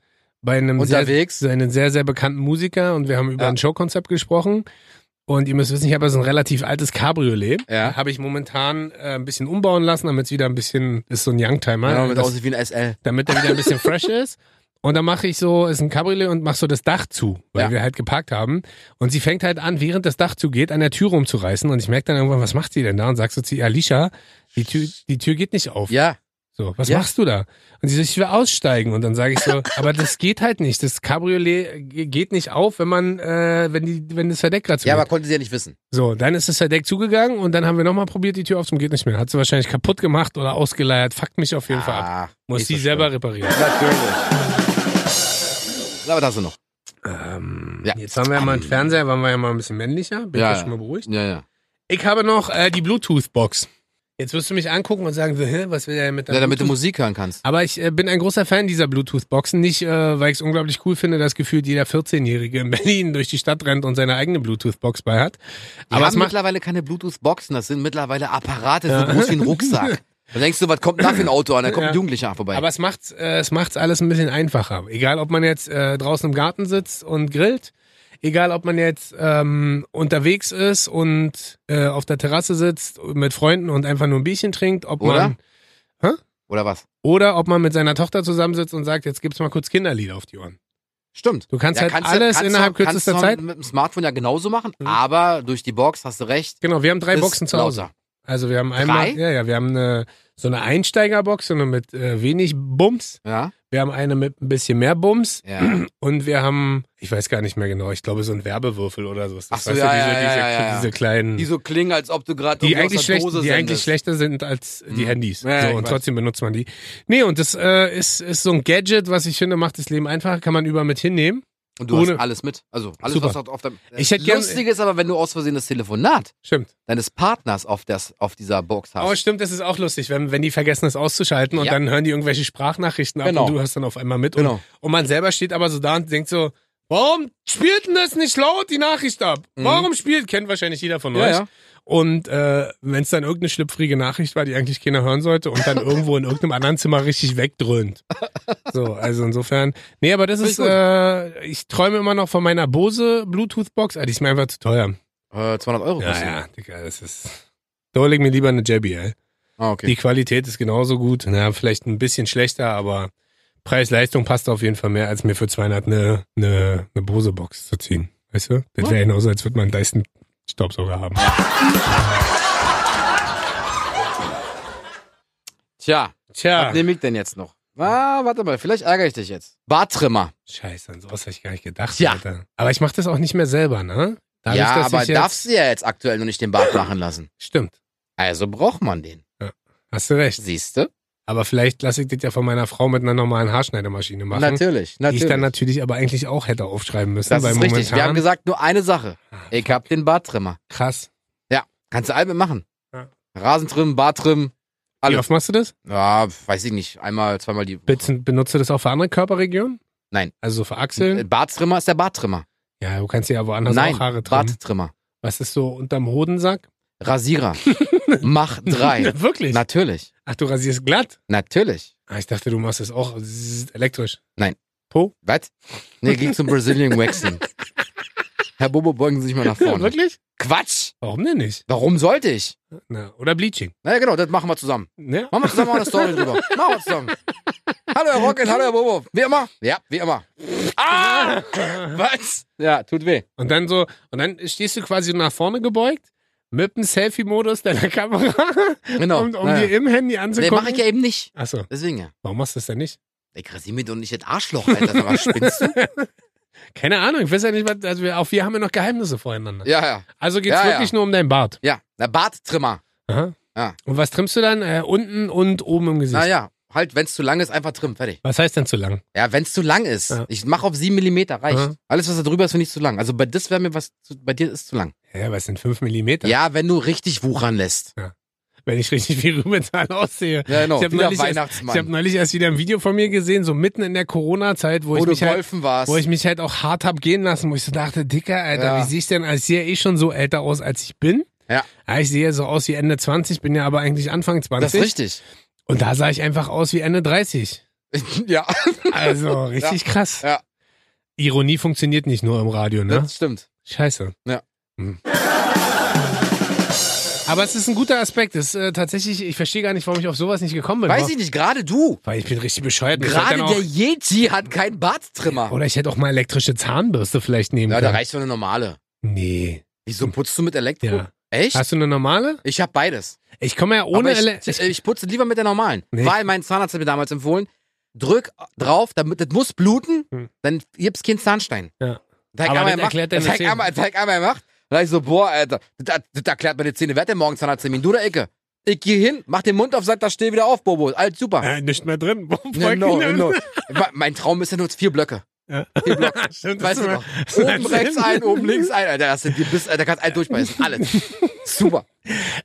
bei einem sehr,
Unterwegs?
einen sehr, sehr bekannten Musiker und wir haben über
Ja.
ein Showkonzept gesprochen. Und ihr müsst wissen, ich habe so ein relativ altes Cabriolet.
Ja.
Habe ich momentan äh, ein bisschen umbauen lassen, damit es wieder ein bisschen, ist so ein Youngtimer.
Genau, mit
Das-
aussieht wie ein SL.
damit er wieder ein
[LAUGHS]
bisschen fresh ist. Und dann mache ich so, ist ein Cabriolet und mache so das Dach zu, weil
Ja.
wir halt geparkt haben. Und sie fängt halt an, während das Dach zugeht, an der Tür rumzureißen. Und ich merke dann irgendwann, was macht sie denn da? Und sagst du zu ihr, Alicia, die Tür, die Tür geht nicht auf.
Ja.
So, was
Ja.
machst du da? Und sie so, ich will aussteigen. Und dann sage ich
[LAUGHS]
so, aber das geht halt nicht. Das Cabriolet ge- geht nicht auf, wenn man, äh, wenn die, wenn das Verdeck gerade
Ja, aber konnte sie ja nicht wissen.
so, dann ist das Verdeck zugegangen und dann haben wir nochmal probiert, die Tür aufzumachen. Geht nicht mehr. Hat sie wahrscheinlich kaputt gemacht oder ausgeleiert. Fuckt mich auf jeden Fall ab.
Ah,
Muss
nicht
sie
so
selber reparieren.
schlimm. Natürlich. Na, was hast du noch?
Ähm,
Ja.
Jetzt haben wir ja mal einen Fernseher, waren wir ja mal ein bisschen männlicher. Bin
Ja, ja.
ich ja schon mal beruhigt.
Ja, ja.
Ich habe noch äh, die Bluetooth-Box. Jetzt wirst du mich angucken und sagen, so, hä, was will der denn mit der
ja damit du
Bluetooth?
Musik hören kannst.
Aber ich äh, bin ein großer Fan dieser Bluetooth-Boxen. Nicht, äh, weil ich es unglaublich cool finde, dass gefühlt jeder 14-Jährige in Berlin durch die Stadt rennt und seine eigene Bluetooth-Box bei hat.
Die
Aber es
haben
macht...
mittlerweile keine Bluetooth-Boxen, das sind mittlerweile Apparate, so groß wie ein
[LAUGHS]
Rucksack. Da denkst du, was kommt da für ein Auto an? Da kommt
Ja.
ein Jugendlicher vorbei.
Aber es macht's, äh, es macht's alles ein bisschen einfacher. Egal, ob man jetzt äh, draußen im Garten sitzt und grillt, egal, ob man jetzt ähm, unterwegs ist und äh, auf der Terrasse sitzt mit Freunden und einfach nur ein Bierchen trinkt, ob
Oder?
man
Oder was?
oder ob man mit seiner Tochter zusammensitzt und sagt, jetzt gibt's mal kurz Kinderlieder auf die Ohren.
Stimmt.
Du kannst
Ja,
halt
kannst du-
alles
kannst du-
innerhalb
kannst
kürzester
du
Zeit.
mit dem Smartphone ja genauso machen,
Mhm.
aber durch die Box hast du recht.
Genau, wir haben drei
ist
Boxen zu Hause.
lauter.
Also wir haben einmal,
Drei?
ja, ja, wir haben eine, so eine Einsteigerbox, so eine mit äh, wenig Bums.
Ja?
Wir haben eine mit ein bisschen mehr Bums. [CLEARS THROAT]
Ja.
Und wir haben, ich weiß gar nicht mehr genau, ich glaube so ein Werbewürfel oder sowas. Das
Ach so,
weißt
ja,
du, diese,
ja, ja,
diese,
ja, ja.
diese kleinen,
Die
die,
so klingen, als ob du gerade
eigentlich, schlecht,
Dose
die eigentlich
sendest.
schlechter sind als die
Hm.
Handys.
Ja, ja, ich
so, und
weiß.
trotzdem benutzt man die. Nee, und das äh, ist, ist so ein Gadget, was ich finde, macht das Leben einfacher, kann man überall mit hinnehmen.
Und du
Ohne-
hast alles mit. Also alles,
Super.
was dort auf deinem.
Ich hätte gern-
Lustig ist aber, wenn du aus Versehen das Telefonat
Stimmt.
deines Partners auf, das, auf dieser Box
Aber
hast.
stimmt, das ist auch lustig, wenn, wenn die vergessen, es auszuschalten und
Ja.
dann hören die irgendwelche Sprachnachrichten ab
Genau.
und du hörst dann auf einmal mit.
Genau.
Und, und man selber steht aber so da und denkt so, warum spielt denn das nicht laut die Nachricht ab?
Mhm.
Warum spielt? Kennt wahrscheinlich jeder von euch.
Ja, ja.
Und äh, wenn es dann irgendeine schlüpfrige Nachricht war, die eigentlich keiner hören sollte
[LAUGHS]
und dann irgendwo in irgendeinem anderen Zimmer richtig wegdröhnt. So, also insofern. Nee, aber das
Finde
ist,
ich gut.
äh, ich träume immer noch von meiner Bose Bluetooth-Box, aber die ist mir einfach zu teuer.
Äh, 200 Euro
Ja,
kostet.
ja, Digga, das ist. Da hol ich mir lieber eine JBL.
Ah,
Die
okay.
Qualität ist genauso gut. Na, vielleicht ein bisschen schlechter, aber Preis-Leistung passt auf jeden Fall mehr, als mir für 200 eine, eine, eine Bose-Box zu ziehen. Weißt du? Das wäre genauso, als würde man einen Dyson-Staubsauger haben.
Tja,
Tja.
was nehme ich denn jetzt noch? Ah, warte mal, vielleicht ärgere ich dich jetzt. Bartrimmer.
Scheiße, an sowas hätte ich gar nicht gedacht,
Tja.
Alter. Aber ich mache das auch nicht mehr selber, ne? Dadurch,
ja,
dass
aber
ich jetzt-
darfst du ja jetzt aktuell noch nicht den Bart machen lassen.
Stimmt,
Also braucht man den.
hast du recht.
Siehst du?
Aber vielleicht lasse ich das ja von meiner Frau mit einer normalen Haarschneidemaschine machen.
Natürlich,
Die ich
natürlich.
dann natürlich aber eigentlich auch hätte aufschreiben müssen,
das
weil
ist richtig.
momentan
Wir haben gesagt, nur eine Sache.
Ah,
Ich hab den Bartrimmer.
krass.
Kannst du Alben machen.
Ja.
Rasen trimmen, Bart trimmen,
Wie
alles.
oft machst du das?
Ja, weiß ich nicht. Einmal, zweimal die.
Bez- Benutzt du das auch für andere Körperregionen?
Nein.
Also für
Äh,
Achseln?
Barttrimmer ist der Barttrimmer.
Ja, du kannst dir ja woanders
Nein,
auch Haare trimmen.
Barttrimmer.
Was ist so unterm Hodensack? [LAUGHS]
Rasierer. Mach drei.
Wirklich?
Natürlich.
Ach, du rasierst glatt?
Natürlich.
Ah, ich dachte, du machst das auch zzz, elektrisch.
Was? Nee, ging zum Brazilian Waxing. Herr Bobo, beugen Sie sich mal nach vorne.
Wirklich?
Quatsch!
Warum denn nicht?
Warum sollte ich?
Na, oder Bleaching.
Na ja, genau, das machen wir zusammen.
Ne?
Machen wir zusammen mal eine Story drüber. Machen wir zusammen. Hallo, Herr Rocket, hallo, Herr Bobo. Wie immer? Ja, wie immer. Ah! Was? Ja, tut weh.
Und dann so, und dann stehst du quasi nach vorne gebeugt mit dem Selfie-Modus deiner Kamera,
Genau.
um, um
Naja.
dir im Handy
Nee,
anzugucken.
mach ich ja eben nicht.
Achso,
Deswegen ja.
warum machst du das denn nicht?
Ey, rasier mir doch nicht das Arschloch, Alter. Sag mal, spinnst du?
Keine Ahnung, ich weiß ja nicht, was, also wir, auch wir haben ja noch Geheimnisse voreinander.
Ja, ja.
Also geht's
Ja, ja.
wirklich nur um deinen Bart.
Ja, der Barttrimmer.
Aha.
Ja.
Und was trimmst du dann? Äh, unten und oben im Gesicht.
Naja, halt, wenn's zu lang ist, einfach trimmen. Fertig.
Was heißt denn zu lang?
Ja, wenn's zu lang ist.
Ja.
Ich mach auf 7 mm, reicht.
Mhm.
Alles, was da drüber ist, finde ich zu lang. Also bei das wäre mir was, zu, bei dir ist zu lang.
Ja, was sind 5 Millimeter?
Ja, wenn du richtig wuchern lässt.
Wenn ich richtig viel Rübenthal aussehe.
Ja, genau.
Ich hab
Wieder
neulich erst- Ich habe
Weihnachtsmann.
neulich erst wieder ein Video von mir gesehen, so mitten in der Corona-Zeit, wo,
Wo
ich
du
mich halt,
golfen warst.
wo ich mich halt auch hart hab gehen lassen, wo ich so dachte, Dicker, Alter,
Ja.
wie sehe ich denn? als- Ich sehe eh schon so älter aus, als ich bin.
Ja.
ich sehe so aus wie Ende 20, bin ja aber eigentlich Anfang 20.
das ist richtig.
Und da sah ich einfach aus wie Ende 30.
[LAUGHS] ja,
Also richtig krass.
Ja.
Ironie funktioniert nicht nur im Radio, ne?
das stimmt.
Scheiße.
Ja.
Hm. Aber es ist ein guter Aspekt. Es ist äh, tatsächlich, ich verstehe gar nicht, warum ich auf sowas nicht gekommen bin.
Weiß ich nicht, gerade du.
Weil ich bin richtig bescheuert. Ich genau hätte
Gerade
dann
der
auch,
Yeti hat keinen Barttrimmer.
oder ich hätte auch mal elektrische Zahnbürste vielleicht nehmen
Ja, da
können.
reicht so eine normale.
nee.
Wieso putzt du mit Elektro?
Mhm. Ja.
Echt?
Hast du eine normale?
Ich habe beides.
Ich komme ja ohne
Aber
Ele
ich, ich, ich putze lieber mit der normalen.
Nee.
Weil mein Zahnarzt hat mir damals empfohlen, drück drauf, damit das muss bluten,
Hm.
dann gibt's keinen Zahnstein.
Ja.
Teig
Aber
einmal
das
er macht, [LAUGHS]
erklärt deine
Teig
Zähne.
einmal, Teig einmal er macht. Und dann ich so, boah, Alter, das, das erklärt meine Zähne. Wer hat denn morgen Zahnarzttermin? Du oder Ecke? Ich geh hin, mach den Mund auf, sag, da steh wieder auf, Bobo. Alles super.
Äh, nicht mehr drin.
No, Ne, no, no. Ma- mein Traum ist ja nur vier Blöcke.
Ja.
Vier Blöcke.
[LAUGHS] Stimmt,
Weißt
das
du
war-
noch?
das war
Oben rechts
Sinn.
ein, oben links ein. Alter, das sind die Biss, Alter, kannst ein
[LAUGHS]
durchbeißen. Alles. Super.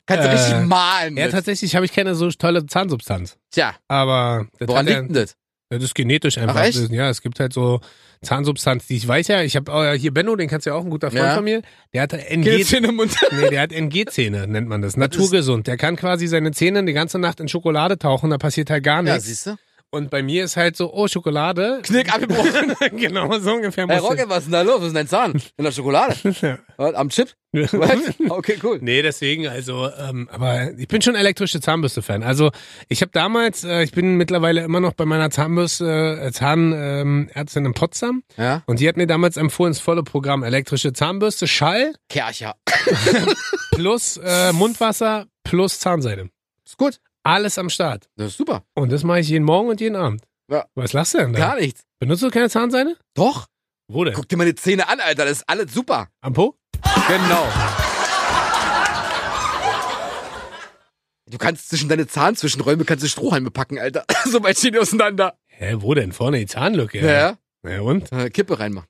Kannst du
Äh,
richtig malen.
Ja,
mit.
tatsächlich habe ich keine so tolle Zahnsubstanz.
Tja,
Aber das,
woran
hat ja,
liegt denn das?
das ist genetisch einfach.
Ach, echt?
Ja, es gibt halt so Zahnsubstanz, die ich weiß ja. Ich habe oh, ja, hier Benno, den kannst du ja auch, ein guter Freund
Ja.
von mir. Der hat NG
im Mund.
[LAUGHS] Nee, der hat NG-Zähne, nennt man das. Naturgesund. Der kann quasi seine Zähne die ganze Nacht in Schokolade tauchen, da passiert halt gar
Ja,
nichts.
siehst du?
und bei mir ist halt so, oh, Schokolade.
Knick abgebrochen.
[LAUGHS] genau, so ungefähr
Hey,
muss
Rocket, was ist denn da los? Was ist denn dein
[LAUGHS]
Zahn? In der Schokolade?
das-
Was, Am
[LAUGHS]
Chip? Was? Okay, cool.
Nee, deswegen, also, ähm, aber ich bin schon elektrische Zahnbürste-Fan. Also, ich habe damals, äh, ich bin mittlerweile immer noch bei meiner Zahnbürste, äh, Zahnärztin ähm, Ärztin in Potsdam
Ja.
und die hat mir damals empfohlen, das volle Programm elektrische Zahnbürste, Schall
Kercher.
plus äh, Mundwasser plus Zahnseide.
Ist gut.
Alles am Start.
Das ist super.
Und das mache ich jeden Morgen und jeden Abend.
Ja.
Was lachst du denn da?
Gar nichts.
Benutzt du keine Zahnseide?
Doch.
Wo denn?
Guck dir meine Zähne an, Alter. Das ist alles super.
Am Po?
Genau. Du kannst zwischen deine Zahnzwischenräume kannst du Strohhalme packen, Alter. [LAUGHS] so weit stehen die auseinander.
Hä, wo denn? Vorne die Zahnlücke.
Ja.
Na und?
ja. Äh, Kippe reinmachen.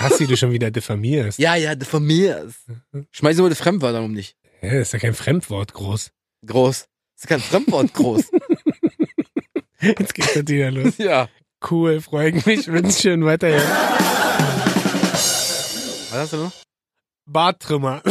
Hast die du schon wieder diffamierst?
Ja, ja, von mir ist. Schmeiß immer die Fremdwörter um dich.
Hä, ist ja kein Fremdwort groß.
Groß. Das ist kein Fremdwort groß.
Jetzt geht's halt wieder los.
[LAUGHS] ja.
Cool, freue ich mich. Wünsche schön weiterhin.
Was hast du noch?
Barttrimmer.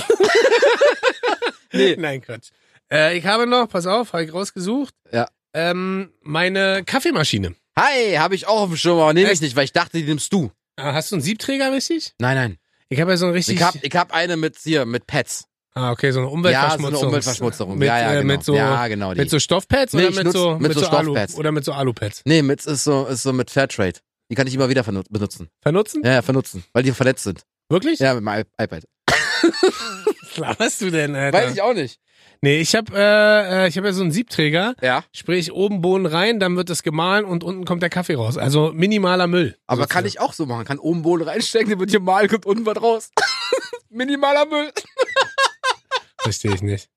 Nee.
[LAUGHS] Nein, Quatsch. Äh, ich habe noch, pass auf, habe ich rausgesucht.
Ja.
Ähm, meine Kaffeemaschine.
Hi, habe ich auch auf dem Schirm, aber nehme ich
Echt?
nicht, weil ich dachte, die nimmst du.
Ah, Hast du einen Siebträger richtig?
Nein, nein.
Ich habe ja so einen richtig.
Ich hab, ich hab eine mit hier, mit Pets.
Ah, okay, so eine
Ja, so
Umweltverschmutzung.
eine Umweltverschmutzung.
Mit,
ja, ja,
äh,
genau.
mit so,
ja, genau die.
mit so Stoffpads
Nee,
oder
ich
mit
nutz-
so,
mit so Stoffpads.
Alu oder mit so Alupads?
nee, mit ist so, ist so mit Fairtrade. Die kann ich immer wieder vernu- benutzen.
Vernutzen?
Ja, ja, vernutzen, weil die verletzt sind.
Wirklich?
Ja, mit meinem I- iPad.
Was laberst du denn, Alter?
Weiß ich auch nicht.
Nee, ich habe äh, äh, ich hab ja so einen Siebträger,
Ja.
sprich oben Bohnen rein, dann wird das gemahlen und unten kommt der Kaffee raus. Also minimaler Müll.
Aber kann ich auch so machen. Kann oben Bohnen reinstecken, dann wird hier mal, kommt unten was raus. [LAUGHS] Minimaler Müll.
Verstehe ich nicht.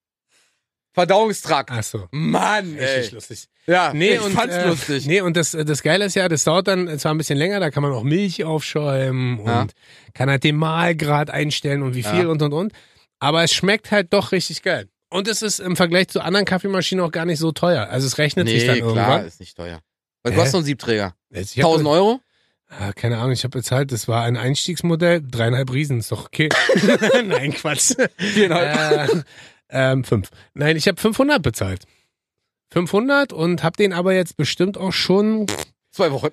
Verdauungstrakt.
Ach so.
Mann,
Ah. Richtig
ey.
lustig.
Ja,
Nee,
ich
und,
fand's
äh,
lustig.
Nee, und das, das Geile ist ja, das dauert dann zwar ein bisschen länger, da kann man auch Milch aufschäumen und
Ja.
kann halt den Mahlgrad einstellen und wie viel
Ja.
und und und. Aber es schmeckt halt doch richtig geil. Und es ist im Vergleich zu anderen Kaffeemaschinen auch gar nicht so teuer. Also es rechnet sich dann
klar,
irgendwann.
ist nicht teuer. Was
Hä?
kostet so ein Siebträger?
Jetzt, ich hab-
1000 Euro?
Ah, keine Ahnung, ich habe bezahlt, das war ein Einstiegsmodell, dreieinhalb Riesen, ist doch okay. [LAUGHS] Nein, Quatsch.
Viereinhalb.
äh, ähm, fünf. Nein, ich habe 500 bezahlt. 500 und habe den aber jetzt bestimmt auch schon,
Zwei [LAUGHS] Wochen.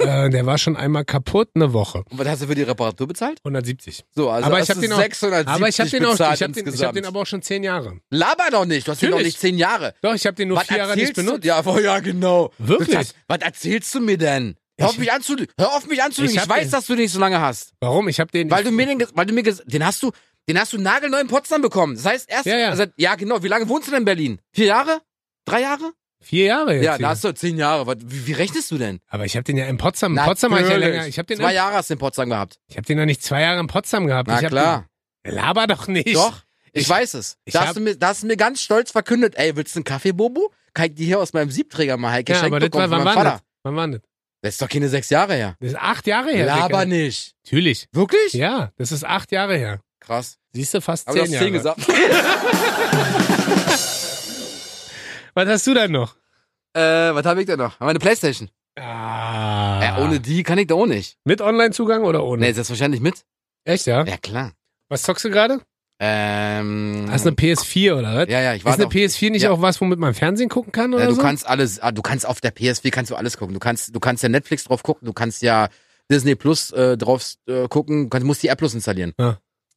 äh, der war schon einmal kaputt, eine Woche.
Und was hast du für die Reparatur bezahlt?
170.
So, also
Aber ich
hast
hab
du
den auch-
670
Aber ich habe den auch, ich
bezahlt
habe den, ich hab
insgesamt.
den aber auch schon zehn Jahre.
Laber doch nicht, du hast den doch
Natürlich.
nicht zehn Jahre.
Doch, ich habe den nur
was
vier Jahre
erzählst
nicht benutzt.
Du? Ja, voll, ja, genau.
Wirklich?
Das- Was erzählst du mir denn? Hör auf
Ich-
mich anzulügen. Hör auf mich anzulügen.
Ich
Ich,
hab
weiß,
den-
dass du den nicht so lange hast.
Warum? Ich habe den.
Weil du mir den, ge- weil du mir ges- den hast du, den hast du nagelneu in Potsdam bekommen. Das heißt, erst,
Ja, ja.
Seit, ja, genau. Wie lange wohnst du denn in Berlin? Vier Jahre? Drei Jahre?
vier Jahre jetzt.
ja,
hier.
da hast du zehn Jahre. Was- Wie, wie rechnest du denn?
aber ich habe den ja in Potsdam. In Potsdam habe ich ja
Natürlich.
länger. Ich habe den,
Zwei
in-
Jahre hast du in Potsdam gehabt.
ich hab den noch nicht zwei Jahre in Potsdam gehabt.
Na
ich hab
klar.
Den, laber doch nicht.
Doch, ich,
ich-
weiß es.
ich
Da
hab-
hast, du mir, da hast du mir ganz stolz verkündet, ey, willst du einen Kaffee, Bobo? Kann ich dir hier aus meinem Siebträger mal halt
Ja,
geschenkt
aber das
bekommen
war,
von
wann
meinem
war das?
Vater?
Wann war das?
Das ist doch keine sechs Jahre her.
Das ist acht Jahre her.
Laber
Dicker.
nicht.
Natürlich.
Wirklich?
Ja, das ist acht Jahre her.
Krass.
Siehst du, fast
Aber du
zehn
hast
Jahre.
zehn gesagt.
Was hast du denn noch?
äh, was habe ich denn noch? Meine Playstation.
Ah.
Äh, ohne die kann ich da auch nicht.
Mit Online-Zugang oder ohne?
Nee, selbstverständlich mit.
Echt, ja?
Ja, klar.
Was zockst du gerade?
Ähm,
Hast du eine PS4 oder was?
Ja, ja, ich
ist
warte
eine
auf
PS4 nicht
Ja.
auch was, womit man Fernsehen gucken kann oder
Äh, du
so?
kannst alles, ah, du kannst auf der PS4 kannst du alles gucken. Du kannst, du kannst ja Netflix drauf gucken, du kannst ja Disney Plus äh, drauf äh, gucken, du kannst, musst die App Plus installieren.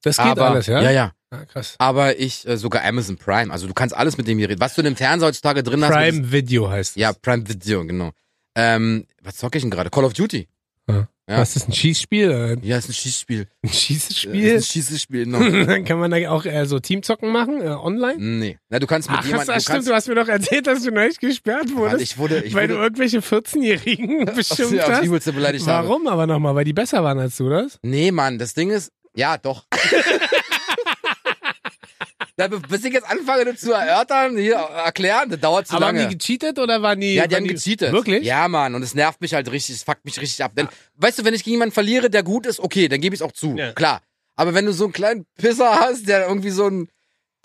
das geht
aber,
alles, ja?
Ja, ja.
Ah, krass.
Aber ich, äh, sogar Amazon Prime, also du kannst alles mit dem hier reden. Was du in dem Fernseher heutzutage drin hast. mit
Prime Video heißt es.
diesem- Ja, Prime Video, genau. Ähm, was zocke ich denn gerade? Call of Duty. ja.
Was ist ein Schießspiel? Äh,
Ja, ist ein Schießspiel.
Ein
Ja,
Schießspiel?
Ist ein Schießspiel, no.
[LAUGHS] Dann kann man da auch äh, so Teamzocken machen, äh, online?
[LAUGHS] Nee. Na, du kannst mit
Ach,
jemandem.
das
Du
stimmt,
kannst,
du hast mir doch erzählt, dass du neulich gesperrt
Mann,
wurdest,
ich wurde, ich [LAUGHS]
weil du
wurde [LAUGHS]
irgendwelche 14-Jährigen
aufs,
bestimmt
aufs
hast.
Übelste beleidigt habe.
Warum aber nochmal? Weil die besser waren als du, das?
Nee, Mann, das Ding ist, ja,
[LAUGHS]
doch. [LAUGHS] da, be- bis ich jetzt anfange, das zu erörtern, hier erklären, das dauert zu
aber haben die
lange.
gecheatet oder waren die.
ja, die
waren
haben gecheatet.
Wirklich? Ah.
Ja, Mann, und es nervt mich halt richtig, es fuckt mich richtig ab. Denn, weißt du, wenn ich gegen jemanden verliere, der gut ist, okay, dann gebe ich es auch zu,
Ja.
klar. Aber wenn du so einen kleinen Pisser hast, der irgendwie so ein...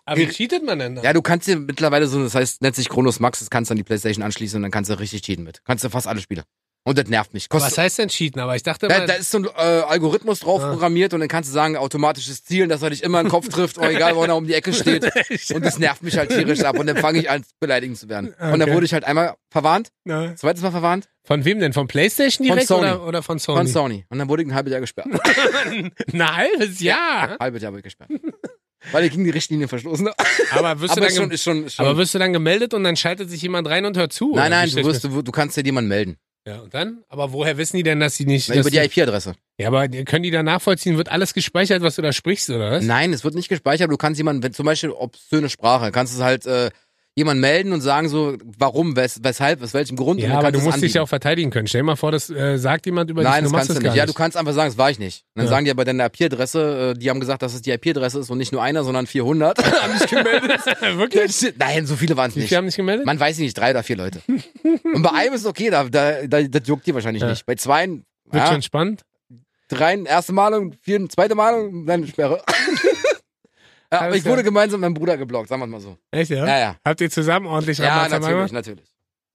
Aber wie cheatet man denn da?
Ja, du kannst dir mittlerweile so, das heißt, nennt sich Chronos Max, das kannst du an die Playstation anschließen und dann kannst du richtig cheaten mit. Kannst du fast alle Spiele. Und das nervt mich. Kostet
Was heißt denn cheaten? Aber ich dachte
Da,
mal, [LAUGHS]
da ist so ein äh, Algorithmus drauf
Ah.
programmiert und dann kannst du sagen, automatisches Zielen, dass er dich immer in den Kopf trifft, oh, egal wo er um die Ecke
[LAUGHS]
steht. Und das nervt mich halt tierisch ab und dann fange ich an, beleidigend zu werden. Und dann
Okay.
wurde ich halt einmal verwarnt,
Na.
zweites Mal verwarnt
Von wem denn? Von PlayStation direkt
Sony.
Oder, oder von Sony?
von
[LAUGHS]
Sony. Und dann wurde ich ein halbes Jahr gesperrt.
Ein halbes Jahr.
halbes Jahr wurde ich gesperrt. Weil ich gegen die Richtlinie verstoßen habe.
Aber wirst,
Aber ist
du dann
schon,
gem-
ist schon, ist schon.
aber wirst du dann gemeldet und dann schaltet sich jemand rein und hört zu? oder?
nein, nein,
Wie
du,
stellst
wirst, du, du kannst dir jemanden melden.
mir- Ja, und dann? Aber woher wissen die denn, dass sie nicht.
Na,
dass
über die
du-
IP-Adresse.
ja, aber können die da nachvollziehen? Wird alles gespeichert, was du da sprichst, oder was?
Nein, es wird nicht gespeichert, aber du kannst jemanden, wenn zum Beispiel obszöne Sprache, kannst du es halt äh, jemanden melden und sagen so, warum, wes, weshalb, aus welchem Grund. und
ja,
dann
aber
kannst
du
es
musst dich
anbieten.
ja auch verteidigen können. Stell dir mal vor, das äh, sagt jemand über
Nein, das kannst
dich.
du
machst
nicht.
gar
Ja, du kannst einfach sagen, das war ich nicht. Und dann
Ja.
sagen die aber deine IP-Adresse, äh, die haben gesagt, dass es die IP-Adresse ist und nicht nur einer, sondern 400.
[LAUGHS]
haben sich gemeldet.
Wirklich?
[LAUGHS] Nein, so viele waren es
Wie viele
nicht.
haben sich gemeldet?
Man weiß nicht, drei oder vier
[LAUGHS]
Leute. und bei einem ist okay, da, da, da, das juckt die wahrscheinlich
Ja.
nicht. Bei zweien,
Wird
ja,
schon spannend.
dreien, erste Malung, vier, zweite Malung, dann
[LAUGHS]
Sperre. ja, aber
Alles
ich wurde
klar.
gemeinsam mit meinem Bruder geblockt, sagen wir mal so.
Echt, ja?
Ja, ja.
Habt ihr zusammen ordentlich
Ja,
Rambazamba gemacht?
natürlich,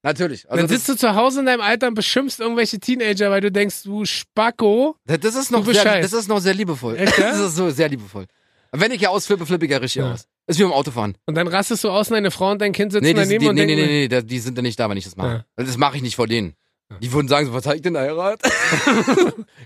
natürlich. Natürlich. Also
dann
das,
sitzt du zu Hause in deinem Alter und beschimpfst irgendwelche Teenager, weil du denkst, du Spacko.
das ist noch
Du
sehr,
Bescheid.
das ist noch sehr liebevoll.
Echt,
[LAUGHS]
ja?
Das ist so sehr liebevoll. Wenn ich ja ausflippe, flippe ich ja richtig
Ja.
aus. Ist wie beim Autofahren.
Und dann rastest du aus und deine Frau und dein Kind sitzen
Nee, die, die,
daneben
nee,
und
nee, nee,
denken,
nee, da- die sind ja nicht da, wenn ich das mache.
Ja.
Also Das mache ich nicht vor denen.
Ja. [LAUGHS]
Die würden sagen, so, was habe ich denn da heiratet?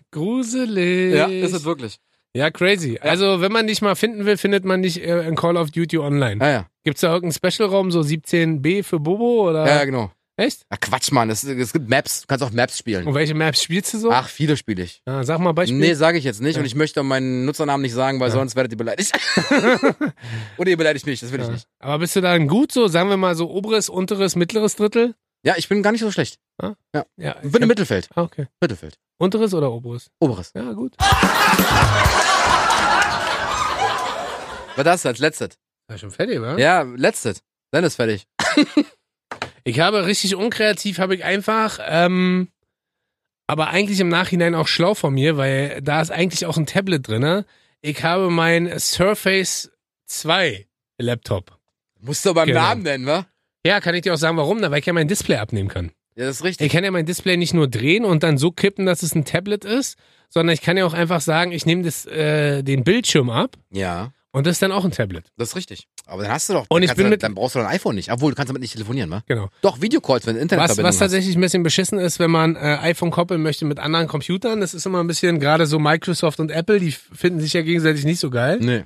gruselig.
Ja, ist es wirklich.
Ja, crazy. Also, wenn man dich mal finden will, findet man dich äh, in Call of Duty online.
Ja, ja.
Gibt's da irgendeinen Specialraum, so 17b für Bobo oder?
Ja, ja, genau.
Echt?
Ach, Quatsch, Mann. Es, es gibt Maps. Du kannst auch Maps
Und
spielen.
welche Maps spielst du Oh, so?
Ach, viele spiele ich.
Ja, sag mal Beispiel.
Ah. Nee, sage ich jetzt nicht.
Ja.
Und ich möchte meinen Nutzernamen nicht sagen, weil
Ja.
sonst werdet ihr
[LAUGHS]
beleidigt. Oder ihr beleidigt mich, das will ich
Ja.
nicht.
Aber bist du dann gut so, sagen wir mal so oberes, unteres, mittleres Drittel?
Ja, ich bin gar nicht so schlecht.
Ja.
Ich bin im Mittelfeld.
Ah, okay.
Mittelfeld.
Unteres oder oberes?
Oberes.
Ja, gut.
War das als letztes?
Ja, schon fertig, wa?
Ja, letztes. Dann ist fertig.
Ich habe richtig unkreativ, habe ich einfach, ähm, aber eigentlich im Nachhinein auch schlau von mir, weil da ist eigentlich auch ein Tablet drin. Ne? Ich habe mein Surface 2 Laptop.
Musst du beim
Genau.
Namen nennen, wa?
Ja, kann ich dir auch sagen, warum? Na, weil ich ja mein Display abnehmen kann.
Ja, das ist richtig.
Ich kann ja mein Display nicht nur drehen und dann so kippen, dass es ein Tablet ist, sondern ich kann ja auch einfach sagen, ich nehme das, äh, den Bildschirm ab
Ja,
und das ist dann auch ein Tablet.
das ist richtig. Aber dann hast du doch.
Und ich
kannst
bin
du,
mit-
dann brauchst du dein iPhone nicht. Obwohl, du kannst damit nicht telefonieren, wa?
Genau.
Doch, Videocalls, wenn du
Was,
Internetverbindung
was
hast.
tatsächlich ein bisschen beschissen ist, wenn man äh, iPhone koppeln möchte mit anderen Computern, das ist immer ein bisschen gerade so Microsoft und Apple, die f- finden sich ja gegenseitig nicht so geil.
Nee.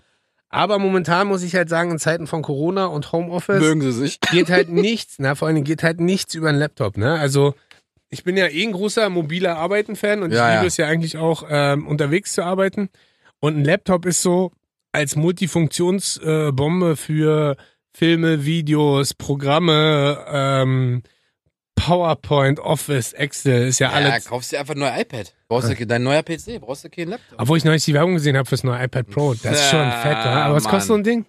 Aber momentan muss ich halt sagen, in Zeiten von Corona und Homeoffice
Mögen sie sich.
geht halt nichts, na vor allen Dingen geht halt nichts über einen Laptop, ne? Also ich bin ja eh ein großer mobiler Arbeiten-Fan und
Ja,
ich
ja.
liebe es ja eigentlich auch ähm, unterwegs zu arbeiten. Und ein Laptop ist so als Multifunktionsbombe äh, Bombe für Filme, Videos, Programme, ähm, PowerPoint, Office, Excel, ist ja,
Ja,
alles.
kaufst dir einfach ein neues iPad. Brauchst
Äh.
du dein neuer PC, brauchst du keinen Laptop.
Obwohl ich neulich die Werbung gesehen habe fürs neue iPad Pro, das ist schon
Ja,
fett, oder? Aber was
Mann.
kostet so ein Ding?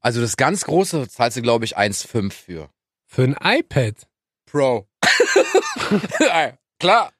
Also das ganz große zahlst du, glaube ich, 1,5 für.
Für ein iPad.
Pro.
[LAUGHS]
Ja, Klar.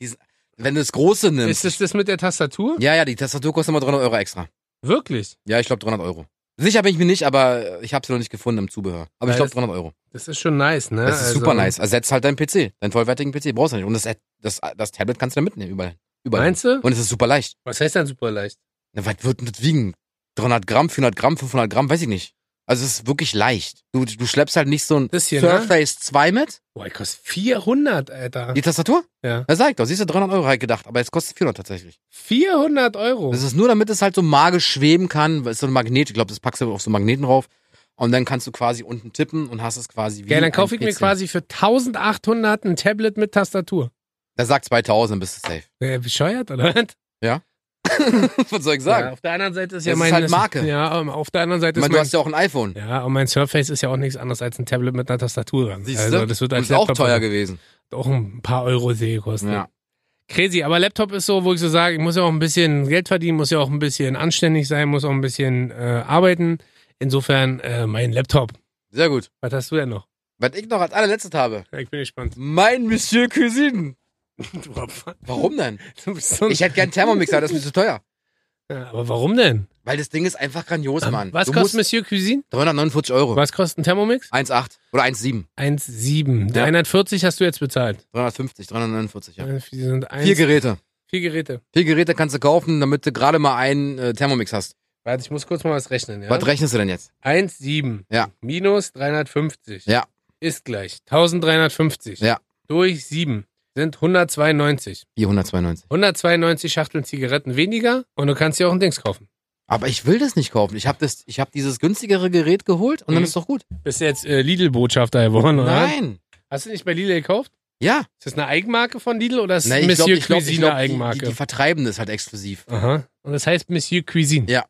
Dies- wenn du das große
Ist
nimmst.
das das mit der Tastatur?
ja, ja, die Tastatur kostet immer 300 Euro extra.
Wirklich?
Ja, ich glaube 300 Euro. Sicher bin ich mir nicht, aber ich habe sie noch nicht gefunden im Zubehör. Aber ich
Weil
glaube
das-
300 Euro.
Das ist schon nice, ne?
Das ist
Also,
super nice. Ersetzt halt deinen PC, deinen vollwertigen PC. Brauchst du nicht. Und das, das, das Tablet kannst du dann mitnehmen, überall. überall.
Meinst du?
Und es ist super leicht.
Was heißt dann super leicht?
Na, was wird denn das wiegen? 300 Gramm, 400 Gramm, 500 Gramm, weiß ich nicht. Also es ist wirklich leicht. Du, du schleppst halt nicht so ein
Das hier, ne?
Surface 2 mit.
Boah, ich kostet 400, Alter.
Die Tastatur?
Ja.
Das sag ich doch. Siehst du, 300 Euro halt gedacht. Aber jetzt kostet 400 tatsächlich.
400 Euro.
Das ist nur, damit es halt so magisch schweben kann. Weil es ist so ein Magnet. Ich glaube, das packst du auf so Magneten drauf. Und dann kannst du quasi unten tippen und hast es quasi wie
Geil, dann
ein
kaufe ich mir
PC.
quasi für 1800 ein Tablet mit Tastatur.
Da sagt 2000, dann bist du
[LAUGHS]
safe.
Äh, bescheuert, oder? was?
Was soll ich
Ja,
sagen?
auf der anderen Seite ist ja
Das ist
mein.
halt Marke.
Ja, ähm, auf der anderen Seite
ich meine,
ist
du
mein.
hast ja auch ein iPhone.
Ja, und mein Surface ist ja auch nichts anderes als ein Tablet mit einer Tastatur dran.
Siehst
also,
du?
das wird
Und
als
ist auch
Laptop
teuer
halt
gewesen.
auch ein paar Euro See kosten.
Ja.
Crazy, aber Laptop ist so, wo ich so sage, ich muss ja auch ein bisschen Geld verdienen, muss ja auch ein bisschen anständig sein, muss auch ein bisschen äh, arbeiten. Insofern äh, mein Laptop.
Sehr gut.
Was hast du denn noch?
Was ich noch als allerletztes habe.
Ja, Ich
[LAUGHS]
bin gespannt.
Mein Monsieur Cuisine.
Du Opfer.
Warum denn?
[LAUGHS] Du bist so ein-
Ich hätte gern einen Thermomix, aber das ist mir zu teuer.
Ja, aber warum denn?
Weil das Ding ist einfach grandios, Mann.
Ähm, Was
du
kostet
musst
Monsieur Cuisine?
349 Euro.
Was kostet ein Thermomix?
1,8 oder 1,7.
1,7.
Ja.
340 hast du jetzt bezahlt.
350, 349, ja.
Äh, Die sind eins,
Vier Geräte.
vier Geräte.
Vier Geräte kannst du kaufen, damit du gerade mal einen äh, Thermomix hast.
Warte, ich muss kurz mal was rechnen. Ja?
Was rechnest du denn jetzt?
1,7
Ja.
minus 350
Ja.
ist gleich 1350
Ja.
durch 7 sind 192.
492.
192 Schachteln Zigaretten weniger und du kannst dir auch ein Dings kaufen.
Aber ich will das nicht kaufen. Ich habe hab dieses günstigere Gerät geholt und dann
Mhm.
ist doch gut.
Bist du jetzt äh, Lidl-Botschafter geworden, oder?
Nein.
Hast du nicht bei Lidl gekauft?
Ja.
Ist das eine Eigenmarke von Lidl oder ist
Na,
es
ich glaube,
Monsieur
ich glaub, ich
Cuisine
glaub, die,
Eigenmarke?
die, die vertreiben das halt exklusiv.
Aha. Und das heißt Monsieur Cuisine.
Ja.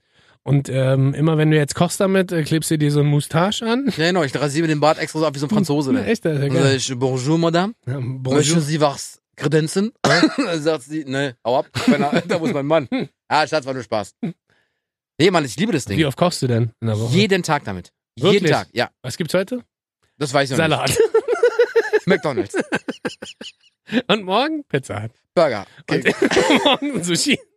Und ähm, immer wenn du jetzt kochst damit, äh, klebst du dir so ein Moustache an.
Ja, genau. Ich rasiere mir den Bart extra so ab wie so ein Franzose.
Hm, [LAUGHS]
Ne?
Echt, das ist ja
Dann sage
geil.
ich, bonjour, madame.
Ja,
Möchten
Bonjour.
Sie was
[LAUGHS]
kredenzen? Dann sagt sie, ne, hau ab, Penner, da [LAUGHS] muss mein Mann. Ah, Schatz, war nur Spaß. Nee, Mann, ich liebe das
Wie
Ding.
oft kochst du denn in der Woche?
Jeden Tag damit. Jeden
Wirklich?
Tag, ja.
Was gibt's heute?
Das weiß ich noch
Salat. [LAUGHS]
nicht. [LAUGHS] McDonalds,
Und morgen Pizza [LAUGHS] Hut.
Burger.
Und
Okay.
morgen Sushi. [LAUGHS]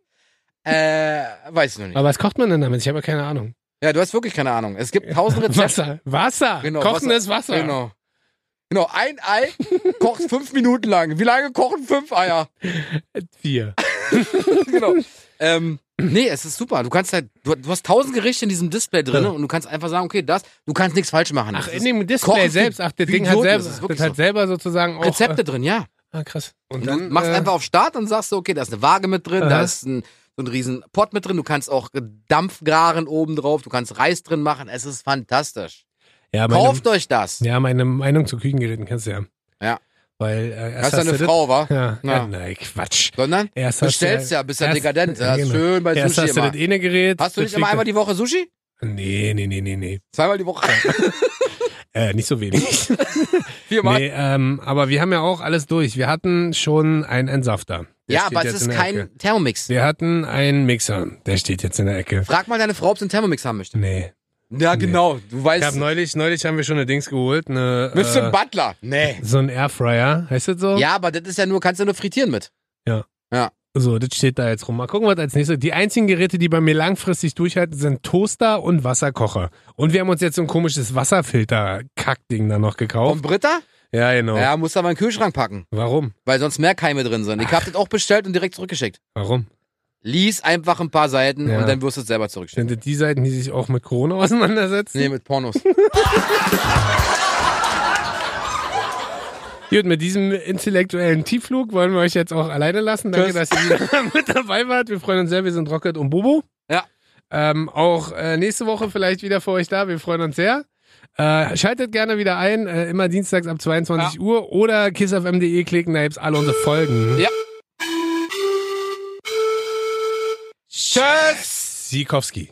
Äh, weiß ich noch nicht.
Aber was kocht man denn damit? Ich habe ja keine Ahnung.
Ja, du hast wirklich keine Ahnung. Es gibt
[LAUGHS]
tausend Rezepte.
Wasser. Wasser.
Genau,
Kochendes Wasser.
Genau. Genau, ein
[LAUGHS]
Ei kocht fünf Minuten lang. Wie lange kochen fünf Eier? [LAUGHS]
Äh, Vier.
Genau. Ähm, nee, es ist super. Du kannst halt, du, du hast tausend Gerichte in diesem Display drin
Ja.
und du kannst einfach sagen, okay, das, du kannst nichts falsch machen.
Ach,
Das
in
ist-
dem Display
Kochen
selbst. Ach, das
wie
Ding hat
Idioten, das
selber,
ist
das
wirklich
hat
so.
selber sozusagen auch.
Rezepte drin, ja.
Äh, ah, krass. Und
Und
dann.
du machst
äh,
einfach auf Start und sagst so, okay, da ist eine Waage mit drin, da
Aha.
ist ein, so einen riesen Pot mit drin. Du kannst auch Dampfgaren oben drauf, du kannst Reis drin machen. Es ist fantastisch.
Ja, meine,
Kauft euch das.
ja, meine Meinung zu Küchengeräten kennst du ja.
Ja.
Weil, äh,
das
erst
ist
hast
ja eine
du das-
Frau, wa?
Ja, ja.
Ja.
nein, Quatsch.
Sondern
Erst hast du
bestellst ja, bist ja
erst-
dekadent. Ja,
genau.
Schön bei
Erst
Sushi
hast du
immer.
das eine Gerät.
Hast du nicht immer einmal die Woche Sushi?
Nee, nee, nee, nee, nee.
Zweimal die Woche.
[LAUGHS] Äh, nicht
[LAUGHS]
so wenig.
Viermal.
nee, ähm, aber wir haben ja auch alles durch. Wir hatten schon einen Entsafter. Der
ja,
steht
aber es
jetzt
ist
in der Ecke.
kein Thermomix.
Wir hatten einen Mixer. Der steht jetzt in der Ecke.
Frag mal deine Frau, ob sie einen Thermomix haben möchte.
Nee.
Ja, genau. Du
Ich hab
weißt.
neulich, neulich haben wir schon eine Dings geholt. Eine,
Mr.
äh,
Butler. Nee.
so ein Airfryer. Heißt das
[LAUGHS]
so?
Ja, aber das ist ja nur, kannst du nur frittieren mit.
So, das steht da jetzt rum. Mal gucken, was als nächstes. Die einzigen Geräte, die bei mir langfristig durchhalten, sind Toaster und Wasserkocher. Und wir haben uns jetzt so ein komisches Wasserfilter-Kackding da noch
Vom
gekauft.
Britta?
Ja, genau.
Ja, musst du aber in den Kühlschrank packen,
Warum?
weil sonst mehr Keime drin sind. Ich hab das auch bestellt und direkt zurückgeschickt.
Warum?
Lies einfach ein paar Seiten
Ja.
und dann wirst du es selber zurückschicken.
Sind das die Seiten, die sich auch mit Corona [LAUGHS] auseinandersetzen?
Nee, mit
[LAUGHS]
Pornos.
Gut, mit diesem intellektuellen Tiefflug wollen wir euch jetzt auch alleine lassen. Danke,
Tschüss.
dass ihr wieder [LAUGHS] mit dabei wart. Wir freuen uns sehr. Wir sind Rocket und Bobo.
Ja.
Ähm, auch äh, nächste Woche vielleicht wieder für euch da. Wir freuen uns sehr. Äh, schaltet gerne wieder ein, äh, immer dienstags ab 22 Uhr oder kissfm.de klicken, da gibt's alle unsere Folgen.
Ja. Tschüss!
Sikowski.